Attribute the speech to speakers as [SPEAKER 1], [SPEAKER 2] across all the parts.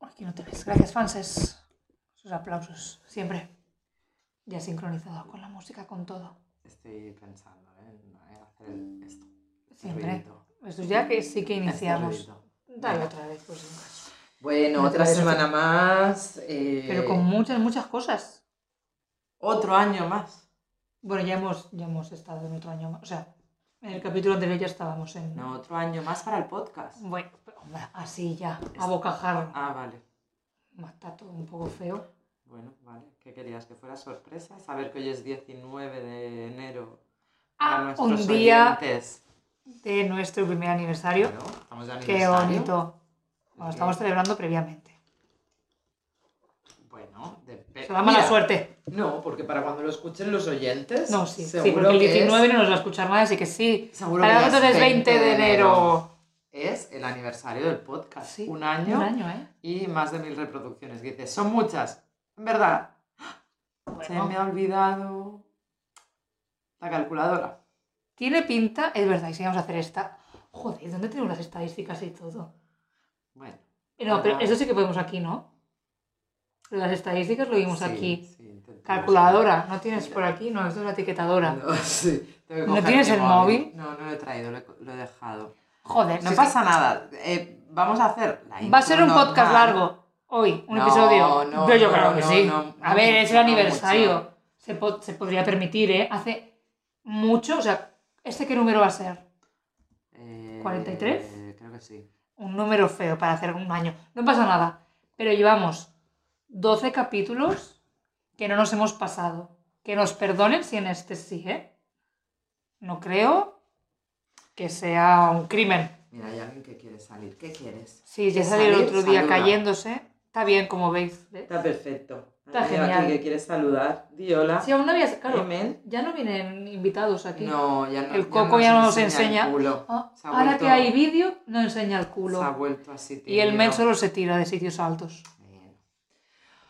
[SPEAKER 1] Gracias, gracias, fanses. Sus aplausos, siempre. Ya sincronizado con la música, con todo.
[SPEAKER 2] Estoy pensando en eh, hacer el- esto. el
[SPEAKER 1] Mm, Siempre.
[SPEAKER 2] ruidito.
[SPEAKER 1] Esto ya que sí que
[SPEAKER 2] Este
[SPEAKER 1] iniciamos.
[SPEAKER 2] ruidito.
[SPEAKER 1] Dale otra vez, pues, en caso.
[SPEAKER 2] Bueno,
[SPEAKER 1] No te
[SPEAKER 2] otra
[SPEAKER 1] vayas a-
[SPEAKER 2] semana más. eh,
[SPEAKER 1] Pero con muchas, muchas cosas.
[SPEAKER 2] Otro año más.
[SPEAKER 1] Bueno, ya hemos, ya hemos estado en otro año más. O sea, en el capítulo anterior ya estábamos en.
[SPEAKER 2] No, otro año más para el podcast.
[SPEAKER 1] Bueno, pero, hombre, así ya, a bocajarro.
[SPEAKER 2] Ah, vale.
[SPEAKER 1] Está todo un poco feo.
[SPEAKER 2] Bueno, vale. ¿Qué querías? ¿Que fuera sorpresa? Saber que hoy es 19 de enero. para
[SPEAKER 1] Ah, un
[SPEAKER 2] nuestros
[SPEAKER 1] día
[SPEAKER 2] oyentes.
[SPEAKER 1] de nuestro primer aniversario.
[SPEAKER 2] Claro, estamos de
[SPEAKER 1] Qué
[SPEAKER 2] aniversario.
[SPEAKER 1] bonito. Bueno, estamos celebrando previamente.
[SPEAKER 2] Bueno, de...
[SPEAKER 1] Se da mala
[SPEAKER 2] Mira,
[SPEAKER 1] suerte.
[SPEAKER 2] No, porque para cuando lo escuchen los oyentes.
[SPEAKER 1] No, sí, sí,
[SPEAKER 2] seguro
[SPEAKER 1] porque el
[SPEAKER 2] que es-
[SPEAKER 1] 19 no nos va a escuchar nadie, así que sí.
[SPEAKER 2] Seguro
[SPEAKER 1] Para
[SPEAKER 2] que
[SPEAKER 1] nosotros es 20 de enero.
[SPEAKER 2] Es el aniversario del podcast.
[SPEAKER 1] Sí,
[SPEAKER 2] un, año
[SPEAKER 1] Un año, ¿eh?
[SPEAKER 2] y más de mil reproducciones. Que dices, son muchas. En verdad, se me ha olvidado la calculadora.
[SPEAKER 1] Tiene pinta, es verdad, y si vamos a hacer esta. Joder, ¿dónde tenemos las estadísticas y todo?
[SPEAKER 2] Bueno,
[SPEAKER 1] Eh, No, pero
[SPEAKER 2] Ah.
[SPEAKER 1] eso sí que podemos aquí, ¿no? Las estadísticas lo vimos
[SPEAKER 2] sí,
[SPEAKER 1] aquí.
[SPEAKER 2] sí, intentemos.
[SPEAKER 1] Calculadora, no tienes
[SPEAKER 2] Mira.
[SPEAKER 1] por aquí, no, esto es la etiquetadora.
[SPEAKER 2] No, sí, tengo
[SPEAKER 1] ¿No
[SPEAKER 2] que coger
[SPEAKER 1] tienes
[SPEAKER 2] mi
[SPEAKER 1] el móvil?
[SPEAKER 2] No, no lo he traído, lo he, lo he dejado.
[SPEAKER 1] Joder,
[SPEAKER 2] No
[SPEAKER 1] si es
[SPEAKER 2] pasa nada. eh, vamos a hacer la
[SPEAKER 1] que- Va a ser un
[SPEAKER 2] intro
[SPEAKER 1] podcast
[SPEAKER 2] normal.
[SPEAKER 1] largo hoy, un
[SPEAKER 2] No,
[SPEAKER 1] episodio.
[SPEAKER 2] no,
[SPEAKER 1] pero yo
[SPEAKER 2] no,
[SPEAKER 1] creo que
[SPEAKER 2] no,
[SPEAKER 1] sí.
[SPEAKER 2] no,
[SPEAKER 1] a ver,
[SPEAKER 2] no
[SPEAKER 1] es el
[SPEAKER 2] mucho,
[SPEAKER 1] aniversario. Se, po- se podría permitir, ¿eh? Hace mucho, o sea, ¿este qué número va a ser?
[SPEAKER 2] Eh,
[SPEAKER 1] 43?
[SPEAKER 2] Creo que sí.
[SPEAKER 1] un número feo para hacer un año. No pasa nada. Pero llevamos 12 capítulos que no nos hemos pasado. Que nos perdonen si en este sí, ¿eh? No creo que sea un crimen.
[SPEAKER 2] Mira, hay alguien que quiere salir. ¿Qué quieres?
[SPEAKER 1] Sí, ya
[SPEAKER 2] Que
[SPEAKER 1] salió el
[SPEAKER 2] salir,
[SPEAKER 1] otro día
[SPEAKER 2] saluda.
[SPEAKER 1] cayéndose. Está bien, como veis. ¿eh?
[SPEAKER 2] Está perfecto.
[SPEAKER 1] Está
[SPEAKER 2] Hay alguien
[SPEAKER 1] genial.
[SPEAKER 2] que quiere saludar. Di hola.
[SPEAKER 1] Si aún no había... Claro,
[SPEAKER 2] Amén.
[SPEAKER 1] ya no vienen invitados aquí.
[SPEAKER 2] No, ya no.
[SPEAKER 1] El coco ya no nos enseña.
[SPEAKER 2] el culo.
[SPEAKER 1] Ah,
[SPEAKER 2] Se ha
[SPEAKER 1] ahora
[SPEAKER 2] vuelto-
[SPEAKER 1] que hay vídeo, no enseña el culo.
[SPEAKER 2] Se ha vuelto así.
[SPEAKER 1] Y el
[SPEAKER 2] tímido.
[SPEAKER 1] men solo se tira de sitios altos.
[SPEAKER 2] Bien.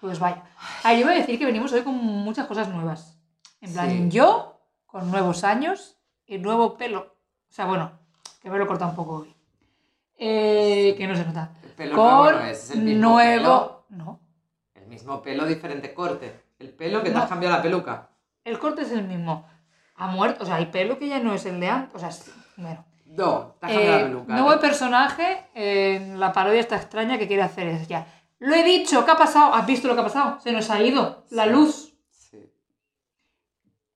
[SPEAKER 1] Pues vaya. Ah, yo iba a decir que venimos hoy con muchas cosas nuevas. En plan,
[SPEAKER 2] Sí.
[SPEAKER 1] yo con nuevos años y nuevo pelo. O sea, bueno, que me lo he cortado un poco hoy. Eh, que no se nota.
[SPEAKER 2] El pelo nuevo
[SPEAKER 1] con
[SPEAKER 2] no es, es el mismo pelo.
[SPEAKER 1] nuevo. No.
[SPEAKER 2] El mismo pelo, diferente corte. El pelo que te
[SPEAKER 1] No.
[SPEAKER 2] has cambiado la peluca.
[SPEAKER 1] El corte es el mismo. Ha muerto. O sea, hay pelo que ya no es el de antes. O sea, es- bueno.
[SPEAKER 2] No, te has cambiado
[SPEAKER 1] Eh,
[SPEAKER 2] la peluca.
[SPEAKER 1] nuevo
[SPEAKER 2] ¿eh?
[SPEAKER 1] personaje en la parodia esta extraña que quiere hacer es ya. Lo he dicho, ¿qué ha pasado? ¿Has visto lo que ha pasado? Se nos ha ido la
[SPEAKER 2] Sí.
[SPEAKER 1] luz.
[SPEAKER 2] Sí.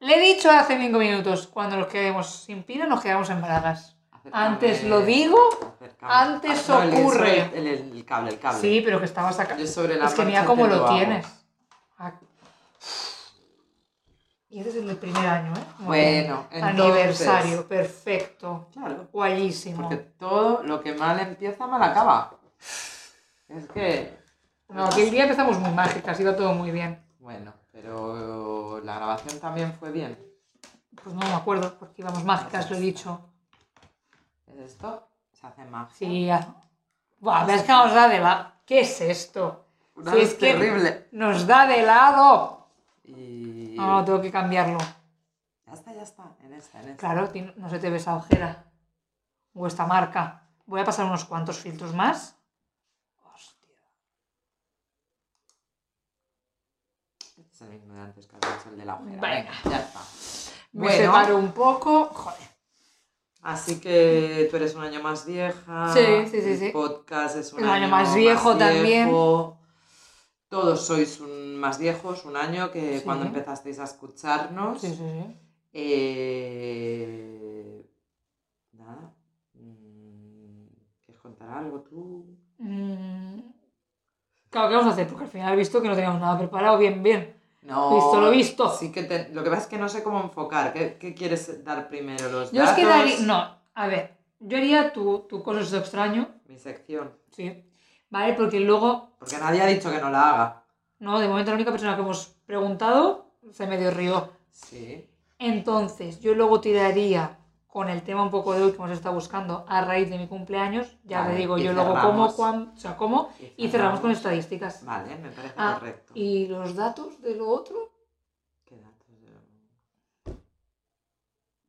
[SPEAKER 1] Le he dicho hace cinco minutos, cuando nos quedemos sin pina, nos quedamos en Bragas.
[SPEAKER 2] Acércame,
[SPEAKER 1] Antes lo digo.
[SPEAKER 2] acércame.
[SPEAKER 1] antes
[SPEAKER 2] Ah, no, el-
[SPEAKER 1] ocurre.
[SPEAKER 2] eso, El, el- el cable, el cable.
[SPEAKER 1] Sí, pero que estabas acá.
[SPEAKER 2] Yo sobre la
[SPEAKER 1] Es que mira
[SPEAKER 2] marcha
[SPEAKER 1] cómo
[SPEAKER 2] te
[SPEAKER 1] lo
[SPEAKER 2] hago.
[SPEAKER 1] tienes. Ah. Y ese es el del primer año, ¿eh? Muy bien.
[SPEAKER 2] Bueno, entonces-
[SPEAKER 1] Aniversario, perfecto.
[SPEAKER 2] Claro.
[SPEAKER 1] Guayísimo.
[SPEAKER 2] Porque todo lo que mal empieza, mal acaba. Es que.
[SPEAKER 1] No, aquel día empezamos muy mágicas, iba todo muy bien.
[SPEAKER 2] Bueno, pero la grabación también fue bien.
[SPEAKER 1] Pues no me acuerdo, porque íbamos mágicas, lo he dicho.
[SPEAKER 2] Esto se hace magia.
[SPEAKER 1] Sí, ya. Buah, ves que nos da de la... ¿Qué es esto?
[SPEAKER 2] Una
[SPEAKER 1] Sí,
[SPEAKER 2] vez
[SPEAKER 1] es que-
[SPEAKER 2] terrible.
[SPEAKER 1] ¡Nos da de lado!
[SPEAKER 2] Y.
[SPEAKER 1] No, no, tengo que cambiarlo.
[SPEAKER 2] Ya está, ya está. En esta, en esta.
[SPEAKER 1] Claro, ti- no se te ve esa ojera. O esta marca. Voy a pasar unos cuantos filtros más. Hostia.
[SPEAKER 2] Este es el mismo de antes que has hecho, el de la ojera.
[SPEAKER 1] Venga.
[SPEAKER 2] Venga, ya está.
[SPEAKER 1] Me
[SPEAKER 2] Bueno.
[SPEAKER 1] separo un poco. Joder.
[SPEAKER 2] Así que tú eres un año más vieja.
[SPEAKER 1] Sí, sí, sí,
[SPEAKER 2] el
[SPEAKER 1] sí.
[SPEAKER 2] podcast es un,
[SPEAKER 1] Un año más viejo también.
[SPEAKER 2] Todos sois un- más viejos, un año que
[SPEAKER 1] Sí.
[SPEAKER 2] cuando empezasteis a escucharnos.
[SPEAKER 1] Sí, sí, sí.
[SPEAKER 2] Eh, nada. Mm, ¿Quieres contar algo tú?
[SPEAKER 1] Mm. Claro, ¿qué vamos a hacer? Porque al final he visto que no teníamos nada preparado. Bien, bien.
[SPEAKER 2] No.
[SPEAKER 1] Visto lo visto.
[SPEAKER 2] Sí que te- lo que pasa es que no sé cómo enfocar. ¿Qué, qué quieres dar primero? ¿Los
[SPEAKER 1] Yo es que
[SPEAKER 2] datos?
[SPEAKER 1] daría- No, a ver. Yo haría tu, tu cosa es extraño.
[SPEAKER 2] Mi sección.
[SPEAKER 1] Sí. Vale, porque luego...
[SPEAKER 2] Porque nadie ha dicho que no la haga.
[SPEAKER 1] No, de momento la única persona que hemos preguntado se medio rió.
[SPEAKER 2] Sí.
[SPEAKER 1] Entonces, yo luego tiraría con el tema un poco de hoy que hemos estado buscando a raíz de mi cumpleaños. Ya
[SPEAKER 2] Vale,
[SPEAKER 1] te digo,
[SPEAKER 2] y
[SPEAKER 1] yo luego
[SPEAKER 2] cerramos.
[SPEAKER 1] como, cuan, o sea, como y cerramos con estadísticas.
[SPEAKER 2] Vale, me parece
[SPEAKER 1] Ah,
[SPEAKER 2] correcto.
[SPEAKER 1] ¿Y los datos de lo otro?
[SPEAKER 2] ¿Qué datos de-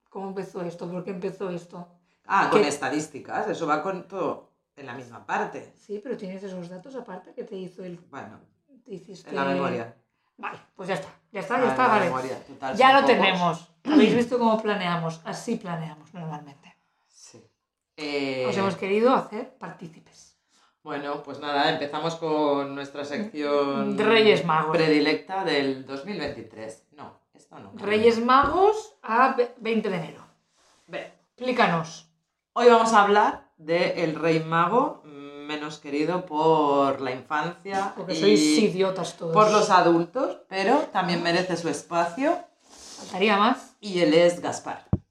[SPEAKER 1] ¿Cómo empezó esto? ¿Por qué empezó esto?
[SPEAKER 2] Ah, con
[SPEAKER 1] ¿Qué?
[SPEAKER 2] estadísticas. Eso va con todo. en la misma parte.
[SPEAKER 1] Sí, pero tienes esos datos aparte que te hizo el...
[SPEAKER 2] Bueno,
[SPEAKER 1] Te hiciste...
[SPEAKER 2] en la memoria.
[SPEAKER 1] Vale, pues ya está. Ya está,
[SPEAKER 2] Ah,
[SPEAKER 1] ya
[SPEAKER 2] en
[SPEAKER 1] está,
[SPEAKER 2] la
[SPEAKER 1] vale.
[SPEAKER 2] memoria, total,
[SPEAKER 1] Ya
[SPEAKER 2] son
[SPEAKER 1] lo
[SPEAKER 2] pocos.
[SPEAKER 1] tenemos. Habéis visto cómo planeamos. Así planeamos normalmente.
[SPEAKER 2] Sí. Eh,
[SPEAKER 1] Os hemos querido hacer partícipes.
[SPEAKER 2] Bueno, pues nada, empezamos con nuestra sección
[SPEAKER 1] Reyes Magos.
[SPEAKER 2] predilecta del 2023. No, esto no.
[SPEAKER 1] Reyes Magos a ve- 20 de enero.
[SPEAKER 2] Ve,
[SPEAKER 1] Explícanos.
[SPEAKER 2] Hoy vamos a hablar de el rey mago menos querido por la infancia
[SPEAKER 1] Porque
[SPEAKER 2] y
[SPEAKER 1] sois idiotas todos.
[SPEAKER 2] por los adultos, pero también merece su espacio
[SPEAKER 1] Faltaría más.
[SPEAKER 2] y él es Gaspar.
[SPEAKER 1] Creo que Es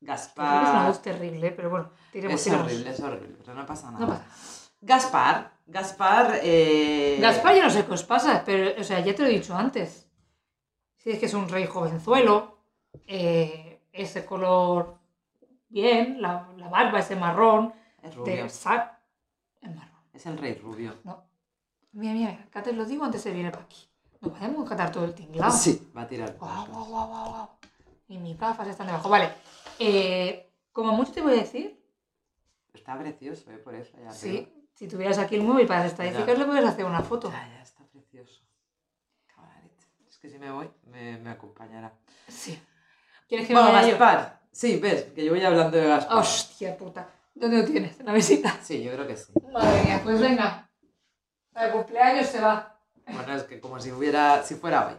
[SPEAKER 1] una
[SPEAKER 2] Gaspar
[SPEAKER 1] voz terrible, pero bueno, tiremos,
[SPEAKER 2] es
[SPEAKER 1] tiremos.
[SPEAKER 2] horrible, es horrible, pero no pasa nada.
[SPEAKER 1] No pasa.
[SPEAKER 2] Gaspar, Gaspar, eh,
[SPEAKER 1] Gaspar, yo no sé qué os pasa, pero, o sea, ya te lo he dicho antes. Si es que es un rey jovenzuelo, eh, ese color bien, la, la barba, ese marrón,
[SPEAKER 2] es rubio,
[SPEAKER 1] de sac. El marrón.
[SPEAKER 2] es el rey rubio.
[SPEAKER 1] Mira, mira, acá te lo digo antes de viene para aquí. No podemos catar todo el tinglado.
[SPEAKER 2] Sí, va a tirar.
[SPEAKER 1] Ah. Guau, guau,
[SPEAKER 2] puntos.
[SPEAKER 1] guau, guau, guau. Y mis gafas están debajo. Vale. eh, como mucho te voy a decir,
[SPEAKER 2] Está precioso, eh, por eso allá arriba.
[SPEAKER 1] sí, si tuvieras aquí el móvil para las estadísticas,
[SPEAKER 2] Ya.
[SPEAKER 1] le puedes hacer una foto.
[SPEAKER 2] Ya, ya, está precioso. Cago en la leche. Es que si me voy, me- me acompañará.
[SPEAKER 1] Sí. ¿Quieres que
[SPEAKER 2] Bueno,
[SPEAKER 1] me vaya yo?
[SPEAKER 2] Gaspar. Sí, ves, que yo voy hablando de Gaspar.
[SPEAKER 1] Hostia puta. ¿Dónde lo tienes? En la visita.
[SPEAKER 2] Sí, yo creo que sí.
[SPEAKER 1] Madre mía, pues venga. Al cumpleaños se va.
[SPEAKER 2] Bueno, es que como si hubiera, si fuera hoy.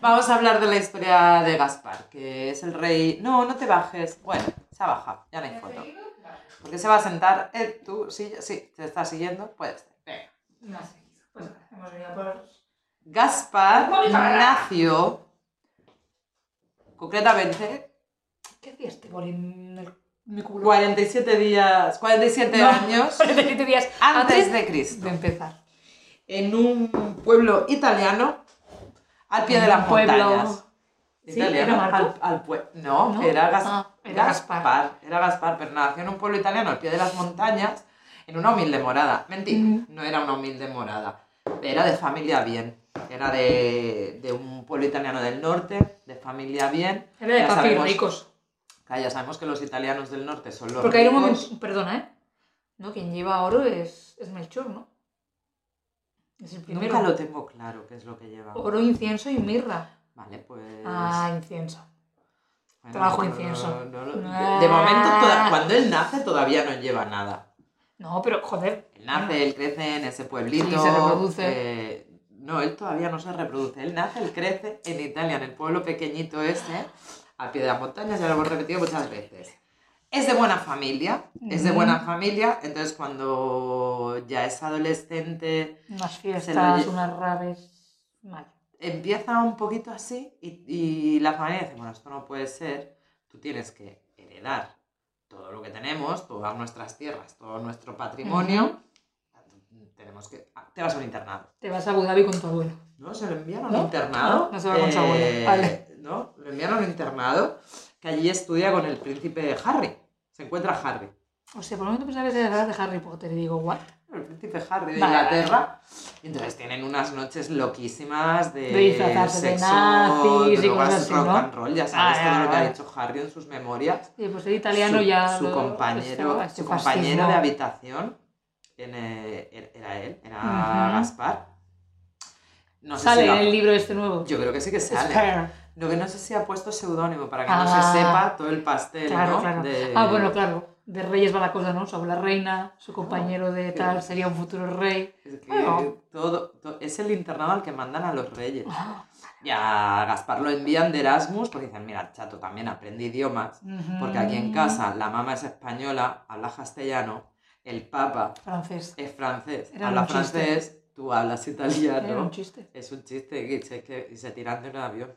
[SPEAKER 2] Vamos a hablar de la historia de Gaspar, que es el rey. No, no te bajes. Bueno, se ha bajado, ya no hay foto. Porque se va a sentar en tu silla. Sí, te está siguiendo, puede ser. Venga.
[SPEAKER 1] No has seguido. Pues nada, hemos venido por.
[SPEAKER 2] Gaspar
[SPEAKER 1] Mónica.
[SPEAKER 2] nació concretamente
[SPEAKER 1] ¿Qué hacía este boli en el- mi culo?
[SPEAKER 2] 47 días, 47
[SPEAKER 1] No,
[SPEAKER 2] años
[SPEAKER 1] 47 días
[SPEAKER 2] antes de Cristo.
[SPEAKER 1] de empezar.
[SPEAKER 2] en un pueblo italiano al pie de las
[SPEAKER 1] Un pueblo-
[SPEAKER 2] montañas.
[SPEAKER 1] Sí, ¿era
[SPEAKER 2] al,
[SPEAKER 1] Marco?
[SPEAKER 2] al pue- No,
[SPEAKER 1] No,
[SPEAKER 2] era, Gas-
[SPEAKER 1] ah, era
[SPEAKER 2] Gaspar.
[SPEAKER 1] Gaspar.
[SPEAKER 2] Era Gaspar, pero nació en un pueblo italiano al pie de las montañas, en una humilde morada. Mentira,
[SPEAKER 1] Ujú.
[SPEAKER 2] no era una humilde morada. Era de familia bien. Era de, de un pueblo italiano del norte, de familia bien.
[SPEAKER 1] Era de
[SPEAKER 2] Ya
[SPEAKER 1] papi
[SPEAKER 2] sabemos-
[SPEAKER 1] ricos.
[SPEAKER 2] Que ya sabemos que los italianos del norte son los
[SPEAKER 1] Porque hay un
[SPEAKER 2] ricos.
[SPEAKER 1] momento, perdona, ¿eh? No, quien lleva oro es, es Melchor, ¿no? Es el primero.
[SPEAKER 2] Nunca lo tengo claro qué es lo que lleva.
[SPEAKER 1] Oro, incienso y mirra.
[SPEAKER 2] Vale, pues...
[SPEAKER 1] Ah, incienso.
[SPEAKER 2] Bueno,
[SPEAKER 1] Trabajo
[SPEAKER 2] no,
[SPEAKER 1] incienso.
[SPEAKER 2] no, no, no.
[SPEAKER 1] Ah.
[SPEAKER 2] De, de momento, toda- cuando él nace, todavía no lleva nada.
[SPEAKER 1] No, pero joder.
[SPEAKER 2] Él nace, él crece en ese pueblito.
[SPEAKER 1] Sí, se reproduce.
[SPEAKER 2] eh, no, él todavía no se reproduce. Él nace, él crece en Italia, en el pueblo pequeñito ese, a pie de las montañas, ya lo hemos repetido muchas veces. Es de buena familia, es de
[SPEAKER 1] Ujú.
[SPEAKER 2] buena familia, entonces cuando ya es adolescente,
[SPEAKER 1] Unas
[SPEAKER 2] lo
[SPEAKER 1] fiestas,
[SPEAKER 2] lle-
[SPEAKER 1] unas rabes. Vale.
[SPEAKER 2] empieza un poquito así y, y la familia dice, bueno, esto no puede ser, tú tienes que heredar todo lo que tenemos, todas nuestras tierras, todo nuestro patrimonio, tenemos que... ah, te vas a un internado,
[SPEAKER 1] Te vas a Abu Dhabi con tu abuelo.
[SPEAKER 2] ¿no? Se lo enviaron a
[SPEAKER 1] No,
[SPEAKER 2] un internado. Eh,
[SPEAKER 1] no, no se va con su abuela, vale.
[SPEAKER 2] ¿No? Lo enviaron a un internado que allí estudia con el príncipe Harry, se encuentra Harry.
[SPEAKER 1] O sea, por un momento pensaba que era de Harry Potter y digo, ¿what?
[SPEAKER 2] El príncipe Harry de
[SPEAKER 1] Vale,
[SPEAKER 2] Inglaterra. Y entonces tienen unas noches loquísimas de,
[SPEAKER 1] De disfrazarse de nazis y
[SPEAKER 2] drogas,
[SPEAKER 1] cosas así,
[SPEAKER 2] rock
[SPEAKER 1] ¿no?
[SPEAKER 2] and roll. Ya sabes
[SPEAKER 1] Ah,
[SPEAKER 2] todo
[SPEAKER 1] ya,
[SPEAKER 2] lo que ha
[SPEAKER 1] vale.
[SPEAKER 2] dicho Harry en sus memorias.
[SPEAKER 1] Y pues el italiano
[SPEAKER 2] su,
[SPEAKER 1] ya.
[SPEAKER 2] su
[SPEAKER 1] lo-
[SPEAKER 2] compañero,
[SPEAKER 1] estaba- este
[SPEAKER 2] su compañero
[SPEAKER 1] fascismo.
[SPEAKER 2] de habitación en, eh, er- era él, era
[SPEAKER 1] Ujú.
[SPEAKER 2] Gaspar. No sé
[SPEAKER 1] Sale
[SPEAKER 2] si lo
[SPEAKER 1] en
[SPEAKER 2] ha-
[SPEAKER 1] el libro este nuevo.
[SPEAKER 2] Yo creo que sí que sale.
[SPEAKER 1] Spare.
[SPEAKER 2] Lo que no sé si ha puesto seudónimo para que no
[SPEAKER 1] Ah.
[SPEAKER 2] se sepa todo el pastel,
[SPEAKER 1] Claro,
[SPEAKER 2] ¿no?
[SPEAKER 1] claro.
[SPEAKER 2] De-
[SPEAKER 1] Ah, bueno, claro. De reyes va la cosa, ¿no? Su abuela reina, su compañero de
[SPEAKER 2] qué
[SPEAKER 1] tal
[SPEAKER 2] bien.
[SPEAKER 1] sería un futuro rey.
[SPEAKER 2] Es que
[SPEAKER 1] Bueno.
[SPEAKER 2] todo, to- es el internado al que mandan a los reyes.
[SPEAKER 1] Ah,
[SPEAKER 2] Y a Gaspar lo envían de Erasmus porque dicen, mira, chato, también aprende idiomas.
[SPEAKER 1] ujú.
[SPEAKER 2] Porque aquí en casa la mamá es española, habla castellano, el papa
[SPEAKER 1] Francés.
[SPEAKER 2] es francés,
[SPEAKER 1] Era
[SPEAKER 2] habla
[SPEAKER 1] un chiste.
[SPEAKER 2] francés, tú hablas
[SPEAKER 1] Era un
[SPEAKER 2] italiano.
[SPEAKER 1] chiste.
[SPEAKER 2] Es un chiste, Guitz, es que y se tiran de un avión.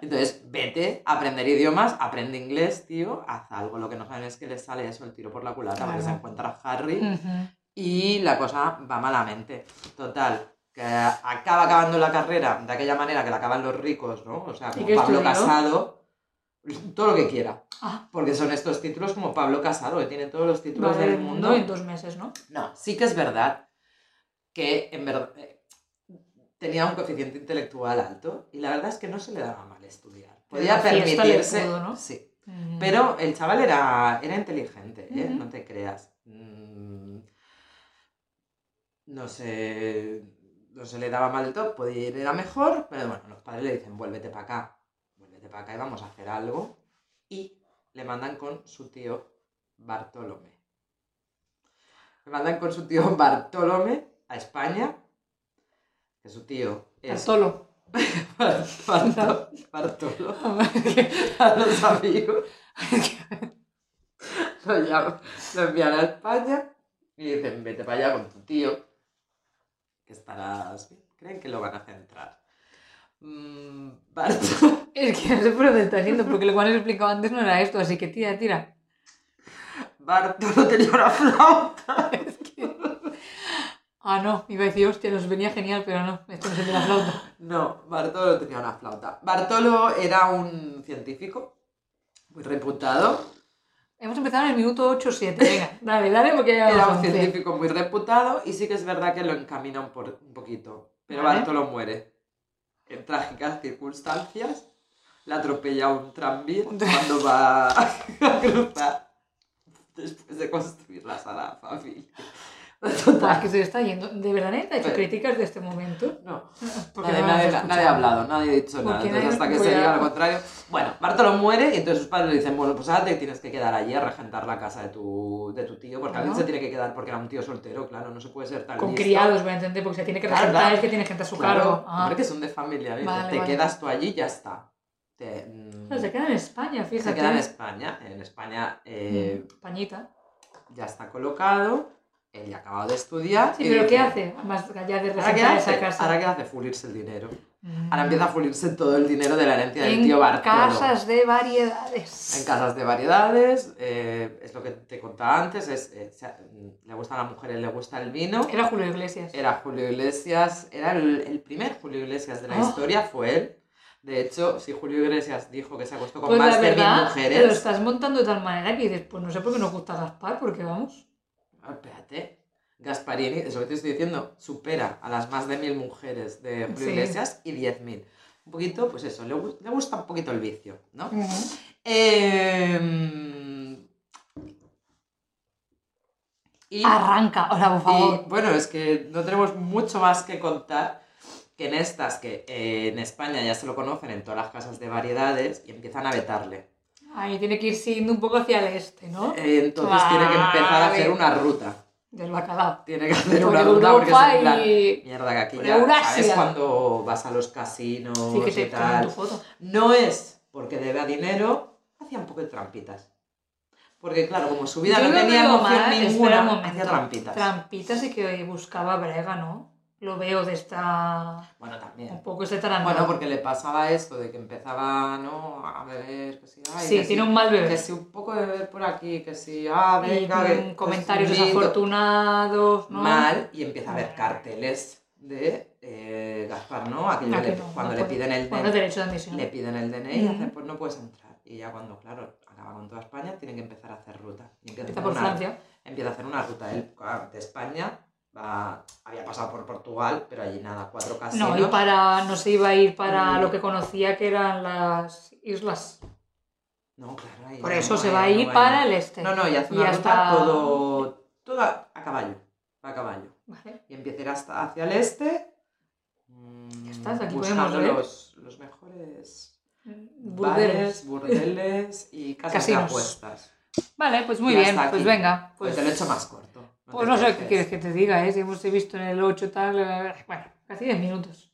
[SPEAKER 2] Entonces, vete a aprender idiomas, aprende inglés, tío, haz algo. Lo que no saben es que les sale eso, el tiro por la culata, porque
[SPEAKER 1] Claro.
[SPEAKER 2] se encuentra Harry
[SPEAKER 1] Ujú.
[SPEAKER 2] y la cosa va malamente. Total, que acaba acabando la carrera de aquella manera que la acaban los ricos, ¿no? O sea,
[SPEAKER 1] ¿Y
[SPEAKER 2] como
[SPEAKER 1] qué
[SPEAKER 2] Pablo
[SPEAKER 1] estudió?
[SPEAKER 2] Casado, todo lo que quiera.
[SPEAKER 1] Ah.
[SPEAKER 2] Porque son estos títulos como Pablo Casado, que tiene todos los títulos
[SPEAKER 1] Vale,
[SPEAKER 2] del mundo.
[SPEAKER 1] en dos meses, ¿no?
[SPEAKER 2] No, sí que es verdad que en verdad eh, tenía un coeficiente intelectual alto y la verdad es que no se le daba mal estudiar.
[SPEAKER 1] Pero
[SPEAKER 2] Podía
[SPEAKER 1] la fiesta le
[SPEAKER 2] permitirse.
[SPEAKER 1] pudo, ¿no?
[SPEAKER 2] Sí.
[SPEAKER 1] Mm.
[SPEAKER 2] Pero el chaval era, era inteligente, ¿eh?
[SPEAKER 1] Ujú.
[SPEAKER 2] no te creas. Mm, no se, no se le daba mal del todo, podía ir a mejor, pero bueno, los padres le dicen, vuélvete para acá, vuélvete para acá y vamos a hacer algo. Y le mandan con su tío Bartolomé. Le mandan con su tío Bartolomé a España, que su tío es
[SPEAKER 1] Bartolo.
[SPEAKER 2] Bartolo, Bartolo a los amigos. Lo, llaman- lo envían a España y dicen, vete para allá con tu tío, que estarás bien. Creen que lo van a centrar. Mm, Bartolo,
[SPEAKER 1] Es que no sé por dónde está yendo, porque lo que han explicado antes no era esto, así que tira, tira.
[SPEAKER 2] Bartolo tenía una flauta.
[SPEAKER 1] Ah, no, iba a decir, hostia, nos venía genial, pero no, esto no es el de la flauta.
[SPEAKER 2] No, Bartolo tenía una flauta. Bartolo era un científico muy reputado.
[SPEAKER 1] Hemos empezado en el minuto 8-7, venga, dale, dale, porque ya
[SPEAKER 2] Era
[SPEAKER 1] vamos
[SPEAKER 2] un
[SPEAKER 1] once.
[SPEAKER 2] científico muy reputado y sí que es verdad que lo encamina un, por- un poquito. Pero
[SPEAKER 1] Vale.
[SPEAKER 2] Bartolo muere. En trágicas circunstancias, le atropella un tranvía
[SPEAKER 1] Un tra-
[SPEAKER 2] cuando va a cruzar después de construir la sala familia.
[SPEAKER 1] Buah, es
[SPEAKER 2] Total.
[SPEAKER 1] que se le está yendo. ¿De verdad nadie te ha hecho
[SPEAKER 2] Pero-
[SPEAKER 1] críticas de este momento?
[SPEAKER 2] No,
[SPEAKER 1] Porque
[SPEAKER 2] nadie,
[SPEAKER 1] no las
[SPEAKER 2] nadie-
[SPEAKER 1] he escuchado.
[SPEAKER 2] nadie ha hablado, nadie ha dicho nada.
[SPEAKER 1] Porque
[SPEAKER 2] Entonces,
[SPEAKER 1] nadie-
[SPEAKER 2] hasta que se
[SPEAKER 1] cuidado.
[SPEAKER 2] diga lo contrario. Bueno, Bartolo muere y entonces sus padres le dicen: Bueno, pues ahora te tienes que quedar allí a regentar la casa de tu, de tu tío, porque alguien
[SPEAKER 1] Ajá.
[SPEAKER 2] se tiene que quedar porque era un tío soltero, claro, no se puede ser tan
[SPEAKER 1] Con
[SPEAKER 2] listo.
[SPEAKER 1] criados, voy a entender, porque se tiene que
[SPEAKER 2] Claro,
[SPEAKER 1] resaltar
[SPEAKER 2] claro.
[SPEAKER 1] es que tiene gente a su
[SPEAKER 2] Claro,
[SPEAKER 1] cargo. Ah.
[SPEAKER 2] hombre, que son de familia. ¿eh?
[SPEAKER 1] Vale,
[SPEAKER 2] te
[SPEAKER 1] vale.
[SPEAKER 2] quedas tú allí y ya está. Te, mm,
[SPEAKER 1] Claro, se queda en España, fíjate.
[SPEAKER 2] se queda en España. En España eh,
[SPEAKER 1] Mm, Pañita.
[SPEAKER 2] ya está colocado. Él ya ha acabado de estudiar.
[SPEAKER 1] Mm. Sí,
[SPEAKER 2] y
[SPEAKER 1] pero
[SPEAKER 2] dice,
[SPEAKER 1] ¿qué hace? Más allá de
[SPEAKER 2] eh, ¿Ahora qué
[SPEAKER 1] resaltar esa
[SPEAKER 2] hace?
[SPEAKER 1] casa.
[SPEAKER 2] Ahora qué hace? Fulirse el dinero.
[SPEAKER 1] Mm.
[SPEAKER 2] Ahora empieza a fulirse todo el dinero de la herencia del
[SPEAKER 1] en
[SPEAKER 2] tío Bartolo.
[SPEAKER 1] casas de variedades.
[SPEAKER 2] En casas de variedades. eh, es lo que te contaba antes. Es, eh, se- mm, le gustan las mujeres, le gusta el vino.
[SPEAKER 1] Era Julio Iglesias.
[SPEAKER 2] Era Julio Iglesias, era el, el primer Julio Iglesias de la
[SPEAKER 1] Oh.
[SPEAKER 2] historia, fue él. De hecho, si Julio Iglesias dijo que se acostó con
[SPEAKER 1] Pues
[SPEAKER 2] más
[SPEAKER 1] la
[SPEAKER 2] de mil
[SPEAKER 1] verdad, te lo
[SPEAKER 2] mujeres.
[SPEAKER 1] estás montando de tal manera que dices, pues no sé por qué nos gusta Gaspar, porque vamos.
[SPEAKER 2] Ah, espérate. Gasparini, es lo que te estoy diciendo, supera a las más de mil mujeres de Julio
[SPEAKER 1] Sí.
[SPEAKER 2] Iglesias y diez mil. Un poquito, pues eso, le, gu- le gusta un poquito el vicio, ¿no? Em, y-
[SPEAKER 1] Arranca, ahora por favor.
[SPEAKER 2] Y bueno, es que no tenemos mucho más que contar que en estas que eh, en España ya se lo conocen en todas las casas de variedades y empiezan a vetarle.
[SPEAKER 1] Ahí tiene que ir siguiendo un poco hacia el este, ¿no?
[SPEAKER 2] Eh, Entonces tiene que empezar a hacer una ruta.
[SPEAKER 1] Del bacalao.
[SPEAKER 2] Tiene que hacer
[SPEAKER 1] Por
[SPEAKER 2] una ruta porque es
[SPEAKER 1] Europa
[SPEAKER 2] en plan,
[SPEAKER 1] y-
[SPEAKER 2] mierda, que aquí
[SPEAKER 1] por
[SPEAKER 2] ya sabes
[SPEAKER 1] Eurasia.
[SPEAKER 2] cuando vas a los casinos
[SPEAKER 1] Sí, que
[SPEAKER 2] y
[SPEAKER 1] te toman tu
[SPEAKER 2] tal.
[SPEAKER 1] foto.
[SPEAKER 2] No es porque debe a dinero, hacía un poco de trampitas. Porque claro, como su vida
[SPEAKER 1] Yo
[SPEAKER 2] no
[SPEAKER 1] lo
[SPEAKER 2] tenía
[SPEAKER 1] veo
[SPEAKER 2] emoción
[SPEAKER 1] mal, espera un
[SPEAKER 2] ninguna,
[SPEAKER 1] momento.
[SPEAKER 2] hacía trampitas.
[SPEAKER 1] Trampitas y que buscaba brega, ¿no? Lo veo de esta...
[SPEAKER 2] bueno, también.
[SPEAKER 1] Un poco este tarantino.
[SPEAKER 2] Bueno, porque le pasaba esto de que empezaba, ¿no, a beber, que si, ay,
[SPEAKER 1] sí,
[SPEAKER 2] que
[SPEAKER 1] tiene
[SPEAKER 2] si,
[SPEAKER 1] un mal
[SPEAKER 2] que
[SPEAKER 1] bebé.
[SPEAKER 2] si un poco de beber por aquí, que si, ah,
[SPEAKER 1] Y
[SPEAKER 2] venga, que-
[SPEAKER 1] con
[SPEAKER 2] que
[SPEAKER 1] comentarios
[SPEAKER 2] si un lindo.
[SPEAKER 1] desafortunados, ¿no? Mm.
[SPEAKER 2] Mal, y empieza a ver carteles de eh, Gaspar, ¿no? Aquello
[SPEAKER 1] Ah,
[SPEAKER 2] que
[SPEAKER 1] que
[SPEAKER 2] le-
[SPEAKER 1] no,
[SPEAKER 2] cuando
[SPEAKER 1] no
[SPEAKER 2] le
[SPEAKER 1] puede.
[SPEAKER 2] piden el
[SPEAKER 1] Bueno,
[SPEAKER 2] DNI,
[SPEAKER 1] derecho de admisión.
[SPEAKER 2] le piden el DNI y
[SPEAKER 1] Ujú.
[SPEAKER 2] hacen, pues no puedes entrar. Y ya cuando, claro, acaba con toda España, tienen que empezar a hacer ruta. Y empieza, a
[SPEAKER 1] Está
[SPEAKER 2] hacer
[SPEAKER 1] por
[SPEAKER 2] una-
[SPEAKER 1] Francia.
[SPEAKER 2] empieza a hacer una ruta. Él, claro, de España, va- había pasado por Portugal, pero allí nada, cuatro
[SPEAKER 1] No,
[SPEAKER 2] casinos.
[SPEAKER 1] y para, no se iba a ir para
[SPEAKER 2] Mm.
[SPEAKER 1] lo que conocía que eran las islas.
[SPEAKER 2] No, claro, ahí
[SPEAKER 1] Por
[SPEAKER 2] no,
[SPEAKER 1] eso se
[SPEAKER 2] ahí
[SPEAKER 1] va a
[SPEAKER 2] no
[SPEAKER 1] ir para el este.
[SPEAKER 2] No, no, y hace
[SPEAKER 1] Y
[SPEAKER 2] una ruta
[SPEAKER 1] hasta-
[SPEAKER 2] todo, todo a, a caballo. va a caballo.
[SPEAKER 1] Vale.
[SPEAKER 2] Y empieza a ir hasta, hacia el este. mm,
[SPEAKER 1] Ya estás, aquí
[SPEAKER 2] buscando
[SPEAKER 1] podemos ver.
[SPEAKER 2] los, los mejores
[SPEAKER 1] Burdeles.
[SPEAKER 2] bares, burdeles y casas de
[SPEAKER 1] Casinos.
[SPEAKER 2] apuestas.
[SPEAKER 1] Vale, pues muy
[SPEAKER 2] Ya
[SPEAKER 1] bien,
[SPEAKER 2] está aquí.
[SPEAKER 1] pues venga.
[SPEAKER 2] Pues
[SPEAKER 1] Pues,
[SPEAKER 2] te lo he hecho más corto. No
[SPEAKER 1] pues
[SPEAKER 2] te
[SPEAKER 1] no sé
[SPEAKER 2] quejes.
[SPEAKER 1] qué quieres que te diga, ¿eh? Si hemos visto en el 8 tal, eh, bueno, casi 10 minutos.